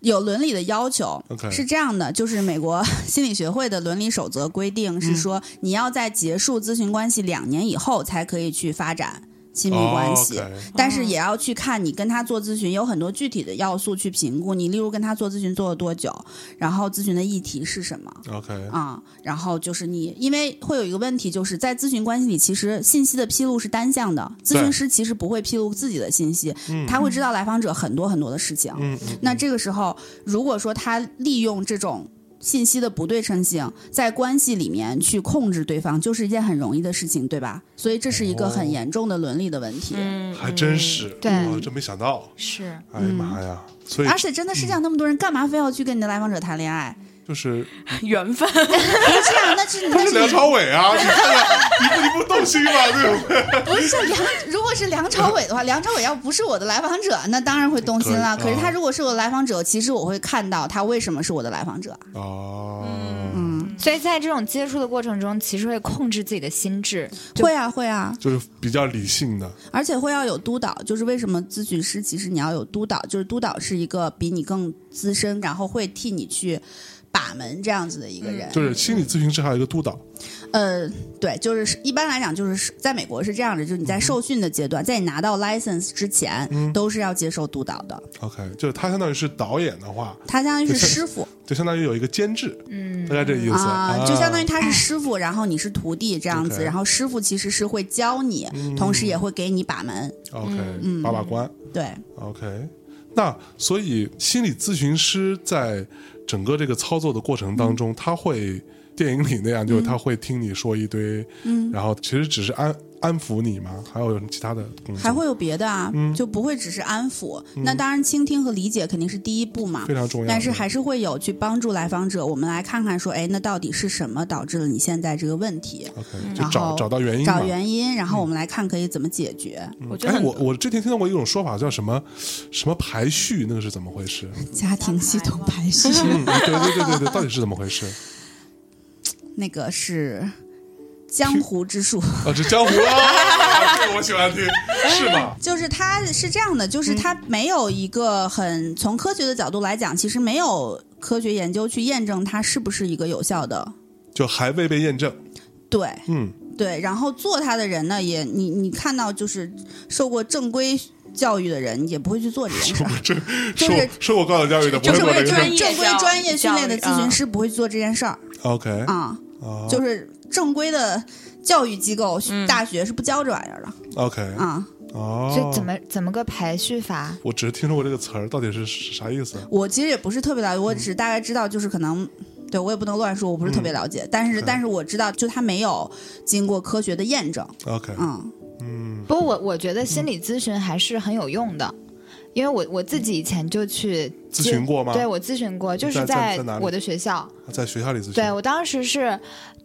有伦理的要求
OK
是这样的，就是美国 <laughs> 心理学会的伦理守则规定
嗯
是说，你要在结束咨询关系两年以后才可以去发展亲密关系。
哦，OK
但是也要去看你跟他做咨询，有很多具体的要素去评估。你例如跟他做咨询做了多久，然后咨询的议题是什么
OK，
啊、然后就是你，因为会有一个问题，就是在咨询关系里，其实信息的披露是单向的，咨询师其实不会披露自己的信息，他会知道来访者很多很多的事情。
嗯嗯，
那这个时候，如果说他利用这种信息的不对称性，在关系里面去控制对方，就是一件很容易的事情，对吧？所以这是一个
哦
很严重的伦理的问题。
嗯
还真是，
对
我真没想到。
是，
哎
嗯
呀妈呀！所以
而且真的是这样，那么多人干嘛非要去跟你的来访者谈恋爱？ <laughs>
就是
<laughs> 缘分。
不是啊，那是
他
那
是梁
是
朝伟啊，你看看，你不你不动心吗？对不对？
不是梁？如果是梁朝伟的话，梁朝伟要不是我的来访者，那当然会动心了。
可
可
以哦
是他如果是我的来访者，其实我会看到他为什么是我的来访者。
哦，
嗯，
所以在这种接触的过程中，其实会控制自己的心智。就
会啊，会啊。
就是比较理性的，
而且会要有督导，就是为什么咨询师其实你要有督导，就是督导是一个比你更资深，然后会替你去把门这样子的一个人。
嗯就是心理咨询师还有一个督导。
呃，对，就是一般来讲，就是在美国是这样的，就是你在受训的阶段，在你拿到 license 之前，都是要接受督导的。
OK，就是他相当于是导演的话，
他相当于是
就像
师傅
就相当于有一个监制，
嗯
大概这意思
啊、就相当于
于
他是师傅，然后你是徒弟这样
OK
子，然后师傅其实是会教你，同时也会给你把门。嗯
OK 把把关。
对，
OK，那所以心理咨询师在整个这个操作的过程当中，他会电影里那样，就是他会听你说一堆，嗯，然后其实只是安安抚你吗？还有其他的工作？
还会有别的啊，
嗯
就不会只是安抚。那当然，倾听和理解肯定是第一步嘛
非，常重要的，嗯
但是还是会有去帮助来访者，我们来看看说，哎，那到底是什么导致了你现在这个问题？
OK，就
嗯然
找
后
找到原因嘛，嗯
找原因，然后我们来看可以怎么解决。
我觉得
哎，
很
我我之前听到过一种说法，叫什么什么排序，那个是怎么回
<laughs>
事？
家庭系统排序，
嗯，对对对对对，到底是怎么回
<laughs>
事？
那个是江湖之术。 <laughs>
啊， <laughs> 这江湖啊，这个我喜欢听，是吗？
就是它是这样的，
嗯
就是它没有一个很从科学的角度来讲，其实没有科学研究去验证它是不是一个有效的。
就还未被验证，
对
嗯，
对，然后做它的人呢，也你你看到就是受过正规教育的人，也不会去做这
<laughs>
件事儿。就
受
是
受过高等教育的不
就
会
是
做这个事
正
儿。
业
正规
教育
专业训练的
教育
咨询师不会去做这件事儿
OK，
啊，
啊
就是正规的教育机构、大学是不教这玩意儿的
OK，
啊。
哦，
就怎？么怎么个排序法？
我只是听说过这个词儿，到底是是啥意思？
我其实也不是特别了解，我只是大概知道，就是可能，对我也不能乱说，我不是特
嗯
别了解，但是
对
但是我知道，就它没有经过科学的验证，
OK，
啊
嗯，
嗯，
不过我我觉得心理咨询还是很有用的，因为我我自己以前就去
咨
接
询过吗？
对我咨询过，就
在
是
在在哪里
我的学校，
在学校里咨询。
对我当时是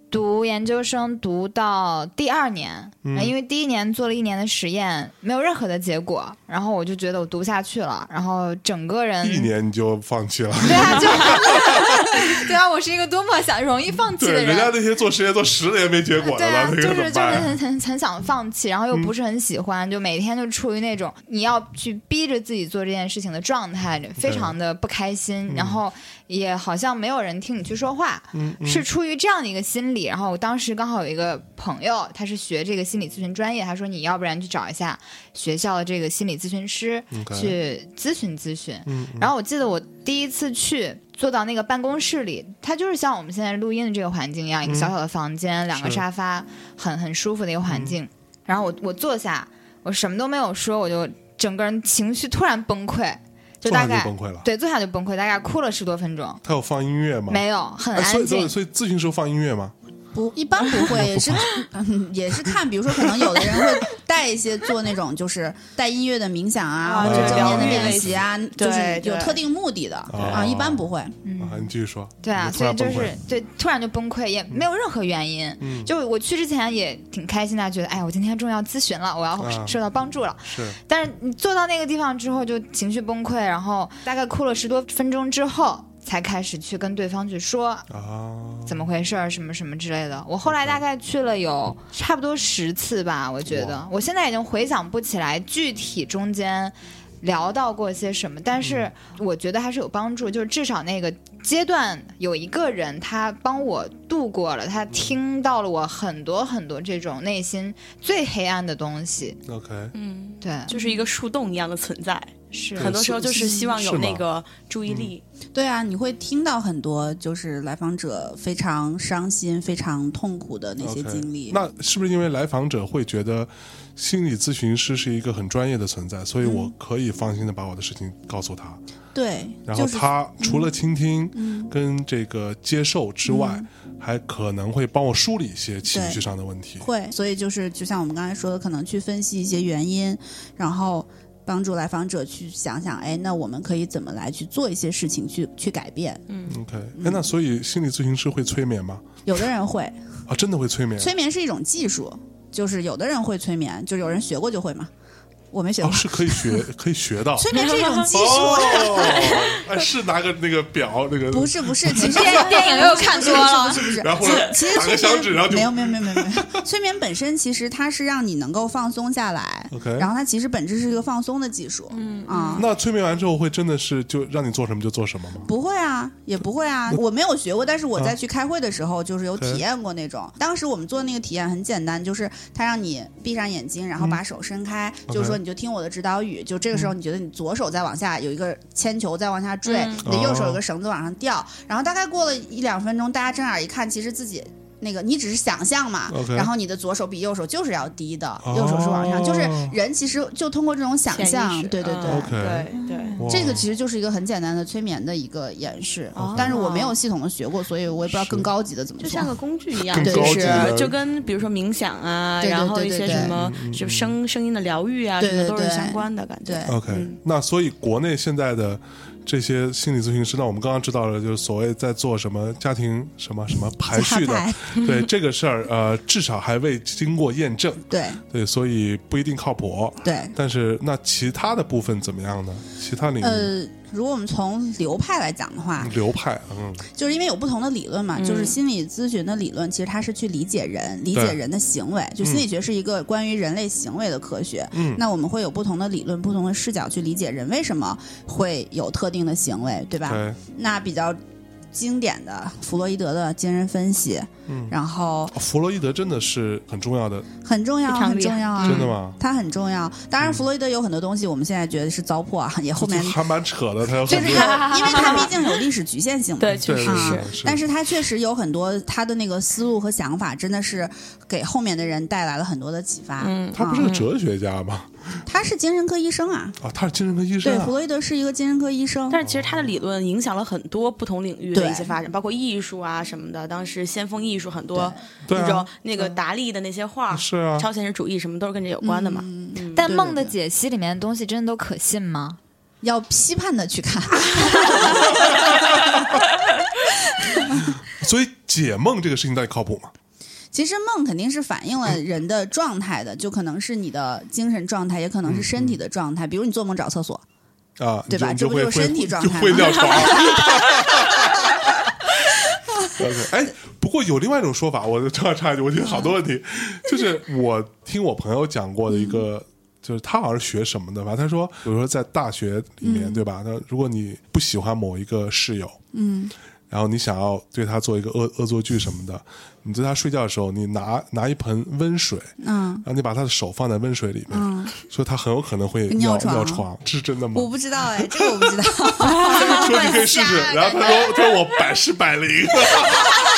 读研究生，读到第二年、
嗯
呃因为第一年做了一年的实验，没有任何的结果，然后我就觉得我读不下去了，然后整个人
一年你就放弃了，
对啊，就 <laughs> 对啊，我是一个多么想容易放 <laughs> 弃的
对，人家那些做实验做十年没结果
对
的
啊
了，，那
就
个
是
怎
就是
么办？嗯
很很很想放弃，然后又不是很喜欢，就每天就处于那种你要去逼着自己做这件事情的状态，非常的不开心，然后也好像没有人听你去说话，
嗯嗯
是出于这样的一个心理。然后我当时刚好有一个朋友，他是学这个心理咨询专业，他说你要不然去找一下学校的这个心理咨询师
OK
去咨询咨询。
嗯嗯
然后我记得我第一次去坐到那个办公室里，它就是像我们现在录音的这个环境一样，一个小小的房间，两个
是嗯
沙发，很很舒服的一个环境。然后我我坐下，我什么都没有说，我就整个人情绪突然崩溃，就
坐
大
下就
概
崩溃了。
对坐下就崩溃，大概哭了十多分钟，
他有放音乐吗？
没有，很
哎所
安
以所以
静。
所以咨询时候放音乐吗？
不一般
<laughs>
不会，也是、嗯也是看，比如说可能有的人会带一些做那种就是带音乐的冥想啊，
啊
或者正念的
对
练习啊，就是
对
有
对
特定目的的
哦
啊，一般不会。
嗯
啊，，你继续说。
对啊，
你突
所以
然
就
崩溃
是对突然就崩溃，也没有任何原因。
嗯，
就我去之前也挺开心的，觉得哎，我今天终于要咨询了，我
啊
要受到帮助了。
是
但是你坐到那个地方之后，就情绪崩溃，然后大概哭了十多分钟之后，才开始去跟对方去说
啊，
怎么回事儿，什么什么之类的。我后来大概去了有差不多十次吧，我觉得
哇
我现在已经回想不起来具体中间。聊到过些什么，但是我觉得还是有帮助，就是至少那个阶段有一个人他帮我度过了，他听到了我很多很多这种内心最黑暗的东西，
OK，
嗯，
对，
就是一个树洞一样的存在，
是
对
很多时候就是希望有
是吗
那个注意力。
对啊，你会听到很多就是来访者非常伤心、非常痛苦的那些
OK
经历。
那是不是因为来访者会觉得心理咨询师是一个很专业的存在，所以我可以放心的把我的事情告诉他，
对，
然后
就是
他除了倾听跟这个接受之外，
嗯
还可能会帮我梳理一些情绪上的问题。
会，所以就是就像我们刚才说的，可能去分析一些原因，然后帮助来访者去想想，哎，那我们可以怎么来去做一些事情去去改变？
OK，哎，
嗯
那所以心理咨询师会催眠吗？
有的人会，
啊，真的会催眠？
催眠是一种技术，就是有的人会催眠，就是有人学过就会嘛，我没学
哦，
过。
是可以学，可以学到。
<laughs> 催眠是一种技术，
哦，哎，是拿个那个表，那个
不是
<laughs>
不是，其实
电电影又看多了
不 <laughs> 是不是不是，
然后呢
其实
打个
催
响
眠
指然后就
没有没有没有没有没有，催眠本身其实它是让你能够放松下来
OK
然后它其实本质是一个放松的技术，嗯啊。
那催眠完之后会真的是就让你做什么就做什么吗？
不会啊，也不会啊，我没有学过，但是我
啊
在去开会的时候，就是有
OK
体验过那种。当时我们做那个体验很简单，就是他让你闭上眼睛，然后把手伸开，就是说
嗯 OK 嗯
你就听我的指导语。就这个时候，你觉得你左手在往下有一个铅球在往下
哦
坠，你的右手有个绳子往上吊，然后大概过了一两分钟，大家睁眼一看，其实自己那个你只是想象嘛
OK
然后你的左手比右手就是要低的，右手是往上，就是
哦
人其实就通过这种想象
潜意，识
对对对。
嗯
OK
对对。
哇
这个其实就是一个很简单的催眠的一个演示，啊
哦
但是我没有系统的学过，所以我也不知道更高级的怎么
就
做。
像个工具一
更
样，就
高级
是
的嗯
就跟比如说冥想啊，
对对
然后
对
一
对
些
对
什么就声声音的疗愈啊，
对
什
对
么都是
对
相关的感觉。
对
OK，、
嗯
那所以国内现在的这些心理咨询师，那我们刚刚知道了，就是所谓在做什么家庭什么什么排序的
家排，
对这个事儿，呃，至少还未经过验证，
<laughs> 对
对，所以不一定靠谱。
对，
但是那其他的部分怎么样呢？其他领域、
呃，如果我们从流派来讲的话，
流派，嗯嗯，
就是因为有不同的理论
嗯
嘛，就是心理咨询的理论，其实它是去理解人、理解人的行为。就心理学是一个关于人类行为的科学，
嗯
那我们会有不同的理论、不同的视角去理解人为什么会有特定的行为，对吧？
对，
那比较经典的弗洛伊德的精神分析，
嗯
然后
弗洛伊德真的是很重要的，
很重要，
非常
很
厉害嗯
重要啊，
真的吗？
它很重要。当然，弗洛伊德有很多东西我们现在觉得是糟粕啊， <laughs> 也后面
还蛮扯的，他有
<laughs> 就
很
是
多，
它，因
<laughs>
为它毕竟有历史局限性嘛。
对，确
对，
实
对
是
是。
对是
但是他确实有很多他的那个思路和想法，真的是给后面的人带来了很多的启发。
嗯
他不是
啊
个哲学家吗？
他是精神科医生啊，
啊，他是精神科医生、
对，
啊
弗，洛伊德是一个精神科医生。
但是其实他的理论影响了很多不同领域的
对
一些发展，包括艺术啊什么的。当时先锋艺术很多
对
那
啊
种，那个达利的那些画，
是啊，
超现实主义什么都是跟这有关的嘛。
嗯
但
对
梦的
对
解析里面的东西真的都可信吗？
要批判的
<laughs>
去看，
所以解梦这个事情到底靠谱吗？
其实梦肯定是反映了人的状态的，就可能是你的精神状态，也可能是身体的状态。比如你做梦找厕所，
啊，
对吧
你就
这不
你
就是
会
身体状态
就
吗
会尿
<laughs>
床。OK，哎，不过有另外一种说法，我就正好插一句，我觉得好多问题，就是我听我朋友讲过的一
嗯
个，就是他好像是学什么的吧，他说，比如说在大学里面，对吧？那如果你不喜欢某一个室友，
嗯，
然后你想要对他做一个恶恶作剧什么的，你对他睡觉的时候，你拿拿一盆温水，
嗯，
然后你把他的手放在温水里面，所以他很有可能会
尿
尿
床
尿床，这是真的吗？
我不知道哎，这个我不
<laughs>
知道。
说你可以试试。然后他说：“他说我百试百灵，
<laughs>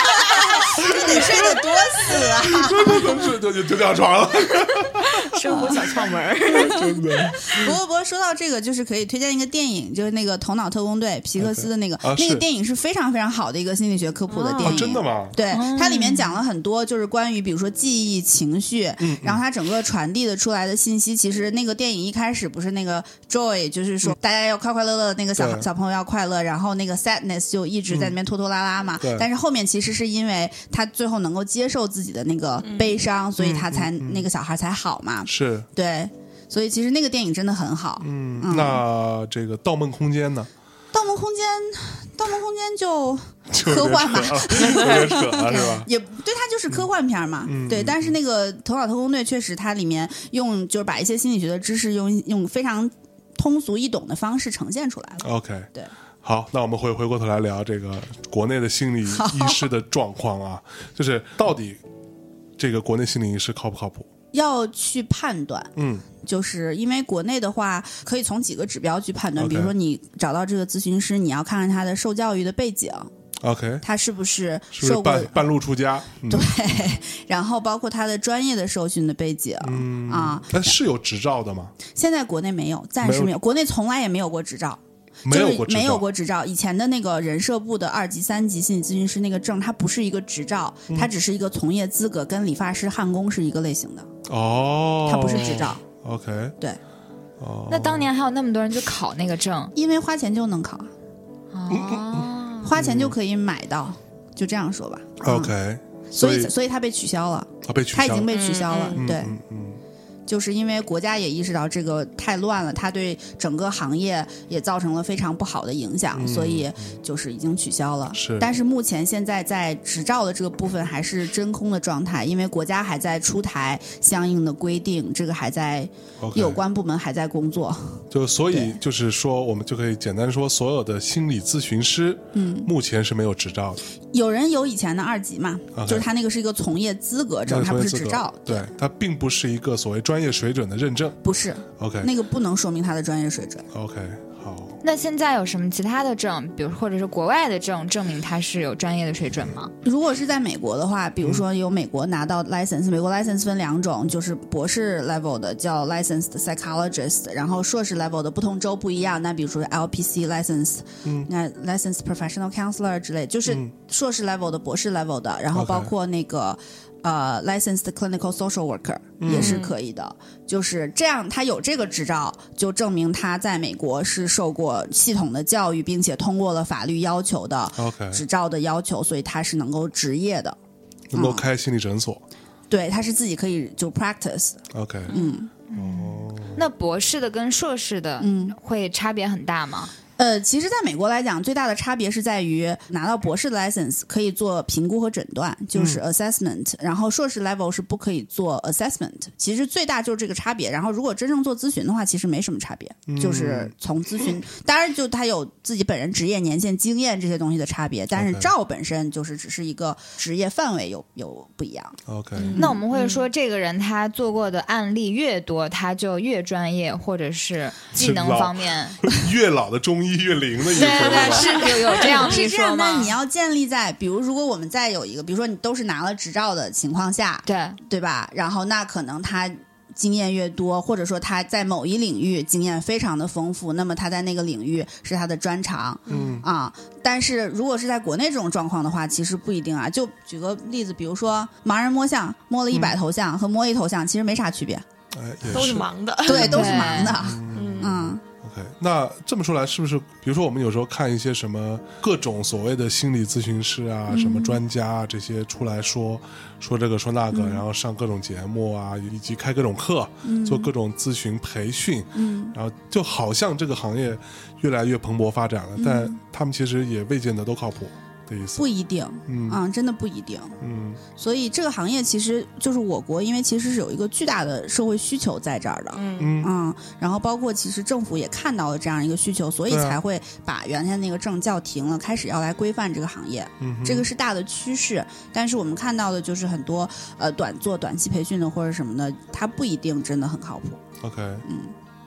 你睡得多死啊！
就就就就尿床了。
生活小窍
<laughs>
门儿，
<laughs> 不过，不过说到这个，就是可以推荐一个电影，就是那个《头脑特工队》，皮克斯的那个
OK 啊
那
是
个电影是非常非常好的一个心理学科普的电影。
啊真的吗
对，它里面讲了很多，就是关于比如说记忆、情
嗯
绪，然后它整个传递的出来的信息。其实那个电影一开始不是那个 joy，就是说大家要快快乐乐，那个小
嗯对嗯
小朋友要快乐，然后那个 sadness 就一直在那边拖拖拉拉嘛
对。
但是后面其实是因为他最后能够接受自己的那个
嗯
悲伤，所以他才那个小孩才好嘛”。
是，
对，所以其实那个电影真的很好。
嗯，那这个《盗梦空
<laughs>
间》呢？
盗梦空间》，《盗梦空间》就
就
科
有点
幻嘛
扯啊，有点扯啊，是吧？
也对，它就是科幻片儿嘛。
嗯
对，但是那个《头脑特工队》确实它里面用就是把一些心理学的知识用用非常通俗易懂的方式呈现出来了。
OK，
对。
好，那我们回回过头来聊这个国内的心理医师的状况啊，就是到底这个国内心理医师靠不靠谱？
要去判断，
嗯，
就是因为国内的话，可以从几个指标去判断，
OK
比如说你找到这个咨询师，你要看看他的受教育的背景，
OK，
他是不是
是不是
受过
半半路出家？嗯
对，然后包括他的专业的受训的背景、
嗯
啊，
但是有执照的吗？
现在国内没有，暂时
没有
没有，国内从来也没有过执照，
没有
就
过
是
执
没有
照，
过执照。以前的那个人社部的二级、三级心理咨询师那个证，它不是一个执照，
嗯
它只是一个从业资格，跟理发师、焊工是一个类型的，
哦，
它不是执照。嗯
OK，
对，
哦，
<laughs>
那当年还有那么多人去考那个证
因为花钱就能考啊，
嗯
啊！
花钱就可以买到，就这样说吧。嗯
OK，所
所以
以
所以它被取消了，
他被取消
它
了，
已经被取消了。
嗯
对，
嗯嗯
就是因为国家也意识到这个太乱了，它对整个行业也造成了非常不好的影响，
嗯
所以就是已经取消了。
是
但是目前现在在执照的这个部分还是真空的状态，因为国家还在出台相应的规定，这个还在
OK
有关部门还在工作。
就所以
对
就是说，我们就可以简单说，所有的心理咨询师，嗯，目前是没有执照的，
有人有以前的二级嘛
OK
就是他那个是一个从业资格证，它
他
不是执照，
对，它并不是一个所谓专业水准的认证。
不是
OK
那个不能说明他的专业水准。
OK，好，
那现在有什么其他的证，比如或者是国外的证，证明他是有专业的水准吗？
如果是在美国的话，
嗯
比如说有美国拿到 license，、美国 license 分两种，就是博士 level 的叫 licensed psychologist，然后硕士 level 的不同州不一样。那比如说 LPC license，
嗯
那 licensed professional counselor 之类，就是
嗯
硕士 level 的、博士 level 的，然后
OK
包括那个。呃、l i c e n s e d clinical social worker、也
嗯
是可以的，就是这样，他有这个执照，就证明他在美国是受过系统的教育，并且通过了法律要求的。
OK，
执照的要求，所以他是能够执业的。
能够开心理诊所。
对，他是自己可以就 practice 的。
OK，
嗯，
那博士的跟硕士的，
嗯，
会差别很大吗？
呃，其实，在美国来讲，最大的差别是在于拿到博士的 license 可以做评估和诊断，就是 assessment，、然后硕士 level 是不可以做 assessment。其实最大就是这个差别。然后，如果真正做咨询的话，其实没什么差别，就是从咨询，当然就他有自己本人职业年限、经验这些东西的差别，但是
OK
照本身就是只是一个职业范围有有不一样。
OK，
那我们会说，这个人他做过的案例越多，他就越专业，或者是技能方面。
越老的中医越灵的意思
对对对，
吧？
是 <laughs> 有有这样
是
一
这
说
样，但
吗
你？要建立在，比如如果我们再有一个，比如说你都是拿了执照的情况下，
对，
对吧？然后那可能他经验越多，或者说他在某一领域经验非常的丰富，那么他在那个领域是他的专长，嗯啊。但是如果是在国内这种状况的话，其实不一定啊。就举个例子，比如说盲人摸象，摸了一
嗯
百头象和摸一头象其实没啥区别，
哎，也
都是盲的。
对，都是盲的，
嗯
嗯。
OK，那这么说来，是不是比如说我们有时候看一些什么各种所谓的心理咨询师啊、什
嗯
么专家啊这些出来说说这个说那
嗯
个，然后上各种节目啊，以及开各种课，做
嗯
各种咨询培训，嗯，然后就好像这个行业越来越蓬勃发展了，但他们其实也未见得都靠谱的意思
嗯不。一定，
嗯
啊，真的不一定，
嗯，
所以这个行业其实就是我国，因为其实是有一个巨大的社会需求在这儿的，
嗯
嗯，然后包括其实政府也看到了这样一个需求，所以
对啊
才会把原先那个证叫停了，开始要来规范这个行业，
嗯哼
这个是大的趋势。但是我们看到的就是很多呃短做短期培训的或者什么的，它不一定真的很靠谱，
OK，
嗯，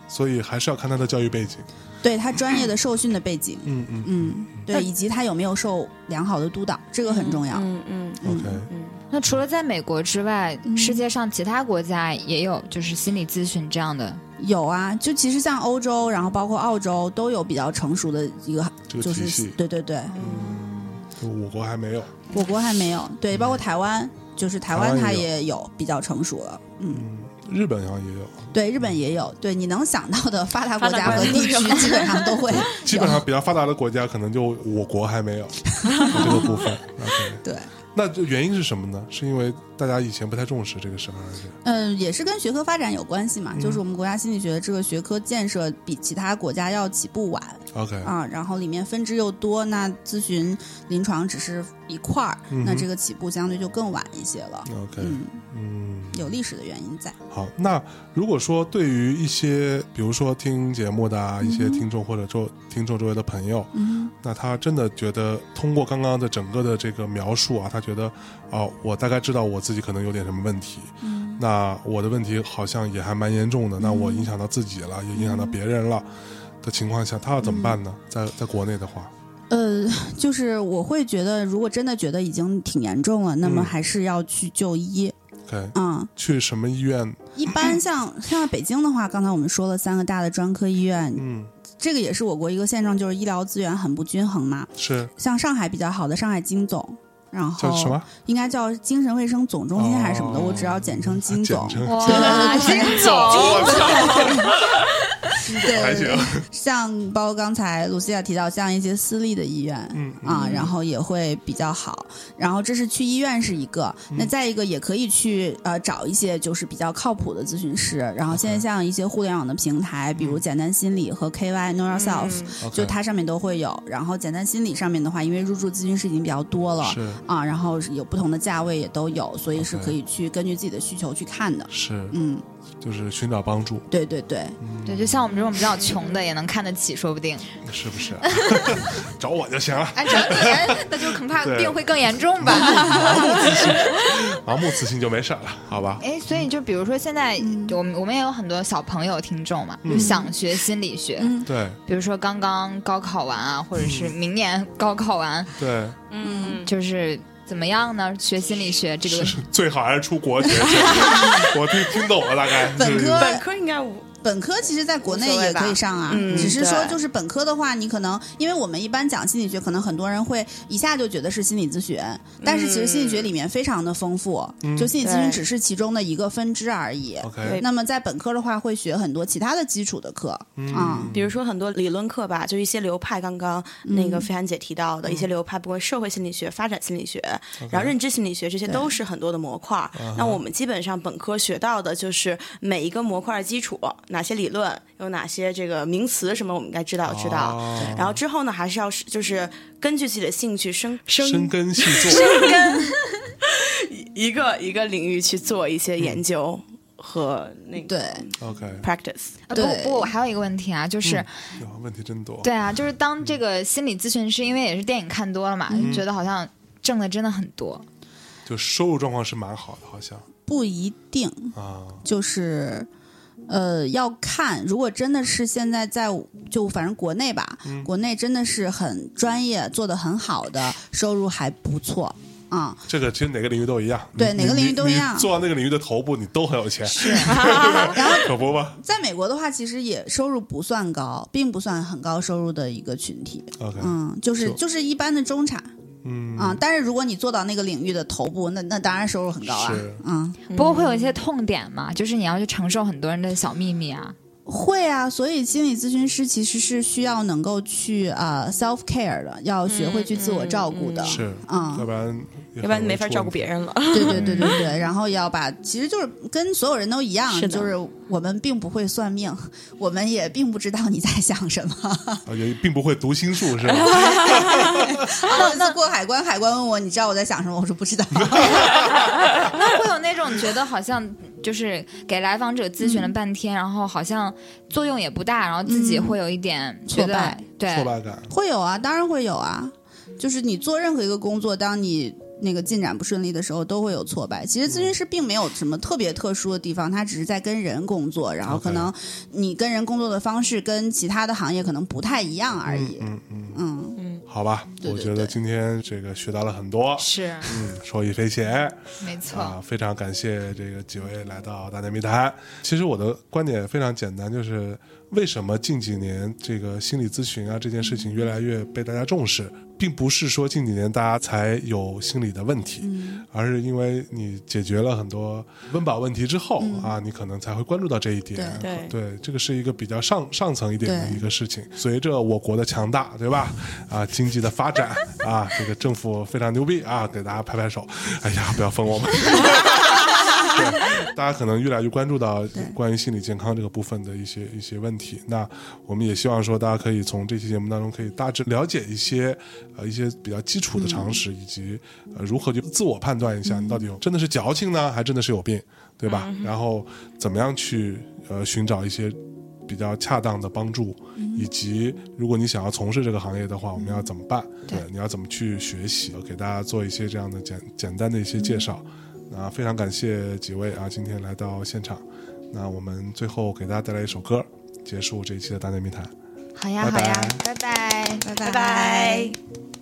所以还是要看他的教育背景。
对他专业的受训的背景，
嗯嗯
嗯，对，以及他有没有受良好的督导，这个很重要。
嗯嗯嗯
OK，
嗯
那除了在美国之外，世界上其他国家也有就是心理咨询这样的。
有啊，就其实像欧洲，然后包括澳洲都有比较成熟的一个，
这个
就
体
是
系，
对对对，
嗯
嗯
就我国还没有。
我国还没有，对，包括台湾，就是
嗯
台
台
湾
湾
它
也
也有比较成熟了，嗯，
嗯，日本好像也有。
对，日本也有，对，你能想到的发达国
发达
家和
国家
地
都
区
有
基本上都
<laughs>
会
基本上比较发达的国家，可能就我国还没有 <laughs> 这个部分。OK，
对，
那这原因是什么呢？是因为大家以前不太重视这个事儿，还是
嗯，也是跟学科发展有关系
嗯
嘛，就是我们国家心理学这个学科建设比其他国家要起步晚
OK？
啊，然后里面分支又多，那咨询临床只是一块儿，
嗯
那
哼
这个起步相对就更晚一些了，
OK，
嗯，
嗯，
有历史的原因在。
好。那如果说对于一些，比如说听节目的啊，一些听众或者周听众周围的朋友，
嗯
那他真的觉得通过刚刚的整个的这个描述啊，他觉得哦，我大概知道我自己可能有点什么问题，
嗯
那我的问题好像也还蛮严重的，那我影响到自己了，也影响到别人了的情况下，他要怎么办
嗯
呢？在在国内的话，
呃，就是我会觉得，如果真的觉得已经挺严重了，那么
嗯
还是要去就医。
对，
嗯，
去什么医院？
一般像像北京的话，刚才我们说了三个大的专科医院，
嗯，
这个也是我国一个现状，就是医疗资源很不均衡嘛。
是
像上海比较好的上海金总，然
叫什
后
么？
应该叫精神卫生总中心还是什么的，
哦
我只要简称金
啊
总。哦
简称
<laughs> 哇，金总，
对，像包括刚才露西亚提到，像一些私立的医院，
嗯
啊，然后也会比较好。然后这是去医院是一个，
嗯
那再一个也可以去呃找一些就是比较靠谱的咨询师。然后现
嗯
在像一些互联网的平台，比如简单心理和 KY Know Yourself，、就
嗯 OK，
它上面都会有。然后简单心理上面的话，因为入驻咨询师已经比较多了。
是
啊，然后是有不同的价位也都有，所以是可以去根据自己的需求去看的。
是。
嗯，
就是寻找帮助，嗯
对对对，
对，就像我们这种比较穷的也能看得起，说不定。
是不
<laughs>
是、啊？找我就行了，
按照你，那就恐怕
对嗯
病会更严重
<laughs>
吧。
啊盲目自信就没事儿了，好吧？
哎，所以就比如说现在我们我们也有很多小朋友听众
嗯
嘛，就想学心理学，
对
比如说刚刚高考完啊，或者是明年高考完，
对，
嗯，
就是怎么样呢？学心理学这个
最好还是出国学去。我听听懂了，大概
本科
本科应该无
本科其实在国内
无所
也
谓吧
可以上啊，
嗯
只是说
对
就是本科的话，你可能因为我们一般讲心理学，可能很多人会一下就觉得是心理咨询，但是其实心理学里面非常的丰富，
嗯
就心理咨询
对
只是其中的一个分支而已。
OK，
那么在本科的话，会学很多其他的基础的课啊、
比如说很多理论课吧，就一些流派，刚刚那
嗯
个飞涵姐提到的一些流派，不管社会心理学、发展心理学，然后认知心理学，这些都是很多的模块
啊
儿。那我们基本上本科学到的就是每一个模块儿的基础，哪些理论，有哪些这个名词什么，我们该知道知道。
哦
然后之后呢，还是要是就是根据自己的兴趣深
深
深
根细作，
<laughs>
一个一个领域去做一些研究和那个
对
OK，
practice。
啊不
对
不，我还有一个问题啊，就是、
呀问题真多。
对啊，就是当这个心理咨询师，因为也是电影看多了嘛，
嗯
就觉得好像挣的真的很多。
就收入状况是蛮好的，好像
不一定
啊，
就是。呃，要看，如果真的是现在在就反正国内吧，
嗯
国内真的是很专业，做的很好的，收入还不错啊、
这个其实哪个领域都一样。
对
你
哪个领域都一样
你你做到那个领域的头部，你都很有钱， <laughs>
是，然后
可不吗
在美国的话，其实也收入不算高，并不算很高收入的一个群体。
？OK，
嗯，就是
就
就是一般的中产
嗯，
啊、但是如果你做到那个领域的头部，那那当然收入很高啊
是。
嗯，
不过会有一些痛点嘛，就是你要去承受很多人的小秘密啊。
会啊，所以心理咨询师其实是需要能够去啊、self care 的，要学会去自我照顾的。
是，
嗯
要不然要
要不然没法照顾别人了。
对对对对对，然后也要把，其实就是跟所有人都一样，
是的
就是我们并不会算命， <laughs> 我们也并不知道你在想
<laughs>
什么。
啊，也并不会读心术是吧？
上次哦过海关，海关问我你知道我在想什么，我说不知道。
那 <laughs> 会有那种觉得好像就是给来访者咨询
嗯
了半天，然后好像作用也不大，然后自己会有一点觉
挫
得、
败
对
挫败感，
会有啊，当然会有啊。就是你做任何一个工作，当你那个进展不顺利的时候，都会有挫败。其实咨询师并没有什么特别特殊的地方，他只是在跟人工作，然后
嗯 OK
可能你跟人工作的方式跟其他的行业可能不太一样而已。
嗯嗯，
嗯，
好吧，
对对
我觉得
对
今天这个学到了很多，
是
嗯，受益匪浅。
没错。
啊，非常感谢这个几位来到大内密谈。其实我的观点非常简单，就是为什么近几年这个心理咨询啊这件事情越来越被大家重视，并不是说近几年大家才有心理的问题，而是因为你解决了很多温饱问题之后、啊，你可能才会关注到这一点。
对对
对，这个是一个比较上上层一点的
对
一个事情。随着我国的强大，对吧？啊，经济的发展啊，这个政府非常牛逼啊，给大家拍拍手。哎呀，不要封我们。对，大家可能越来越关注到关于心理健康这个部分的一些一些问题。那我们也希望说，大家可以从这期节目当中可以大致了解一些呃一些比较基础的常识，以及呃如何去自我判断一下你到底有真的是矫情呢，还真的是有病，对吧？然后怎么样去呃寻找一些比较恰当的帮助，以及如果你想要从事这个行业的话，我们要怎么办？对，你要怎么去学习？给大家做一些这样的简简单的一些介绍。那非常感谢几位啊，今天来到现场。那我们最后给大家带来一首歌，结束这一期的大内密谈。
好呀，
拜
好
拜
呀，拜拜。
拜
拜拜。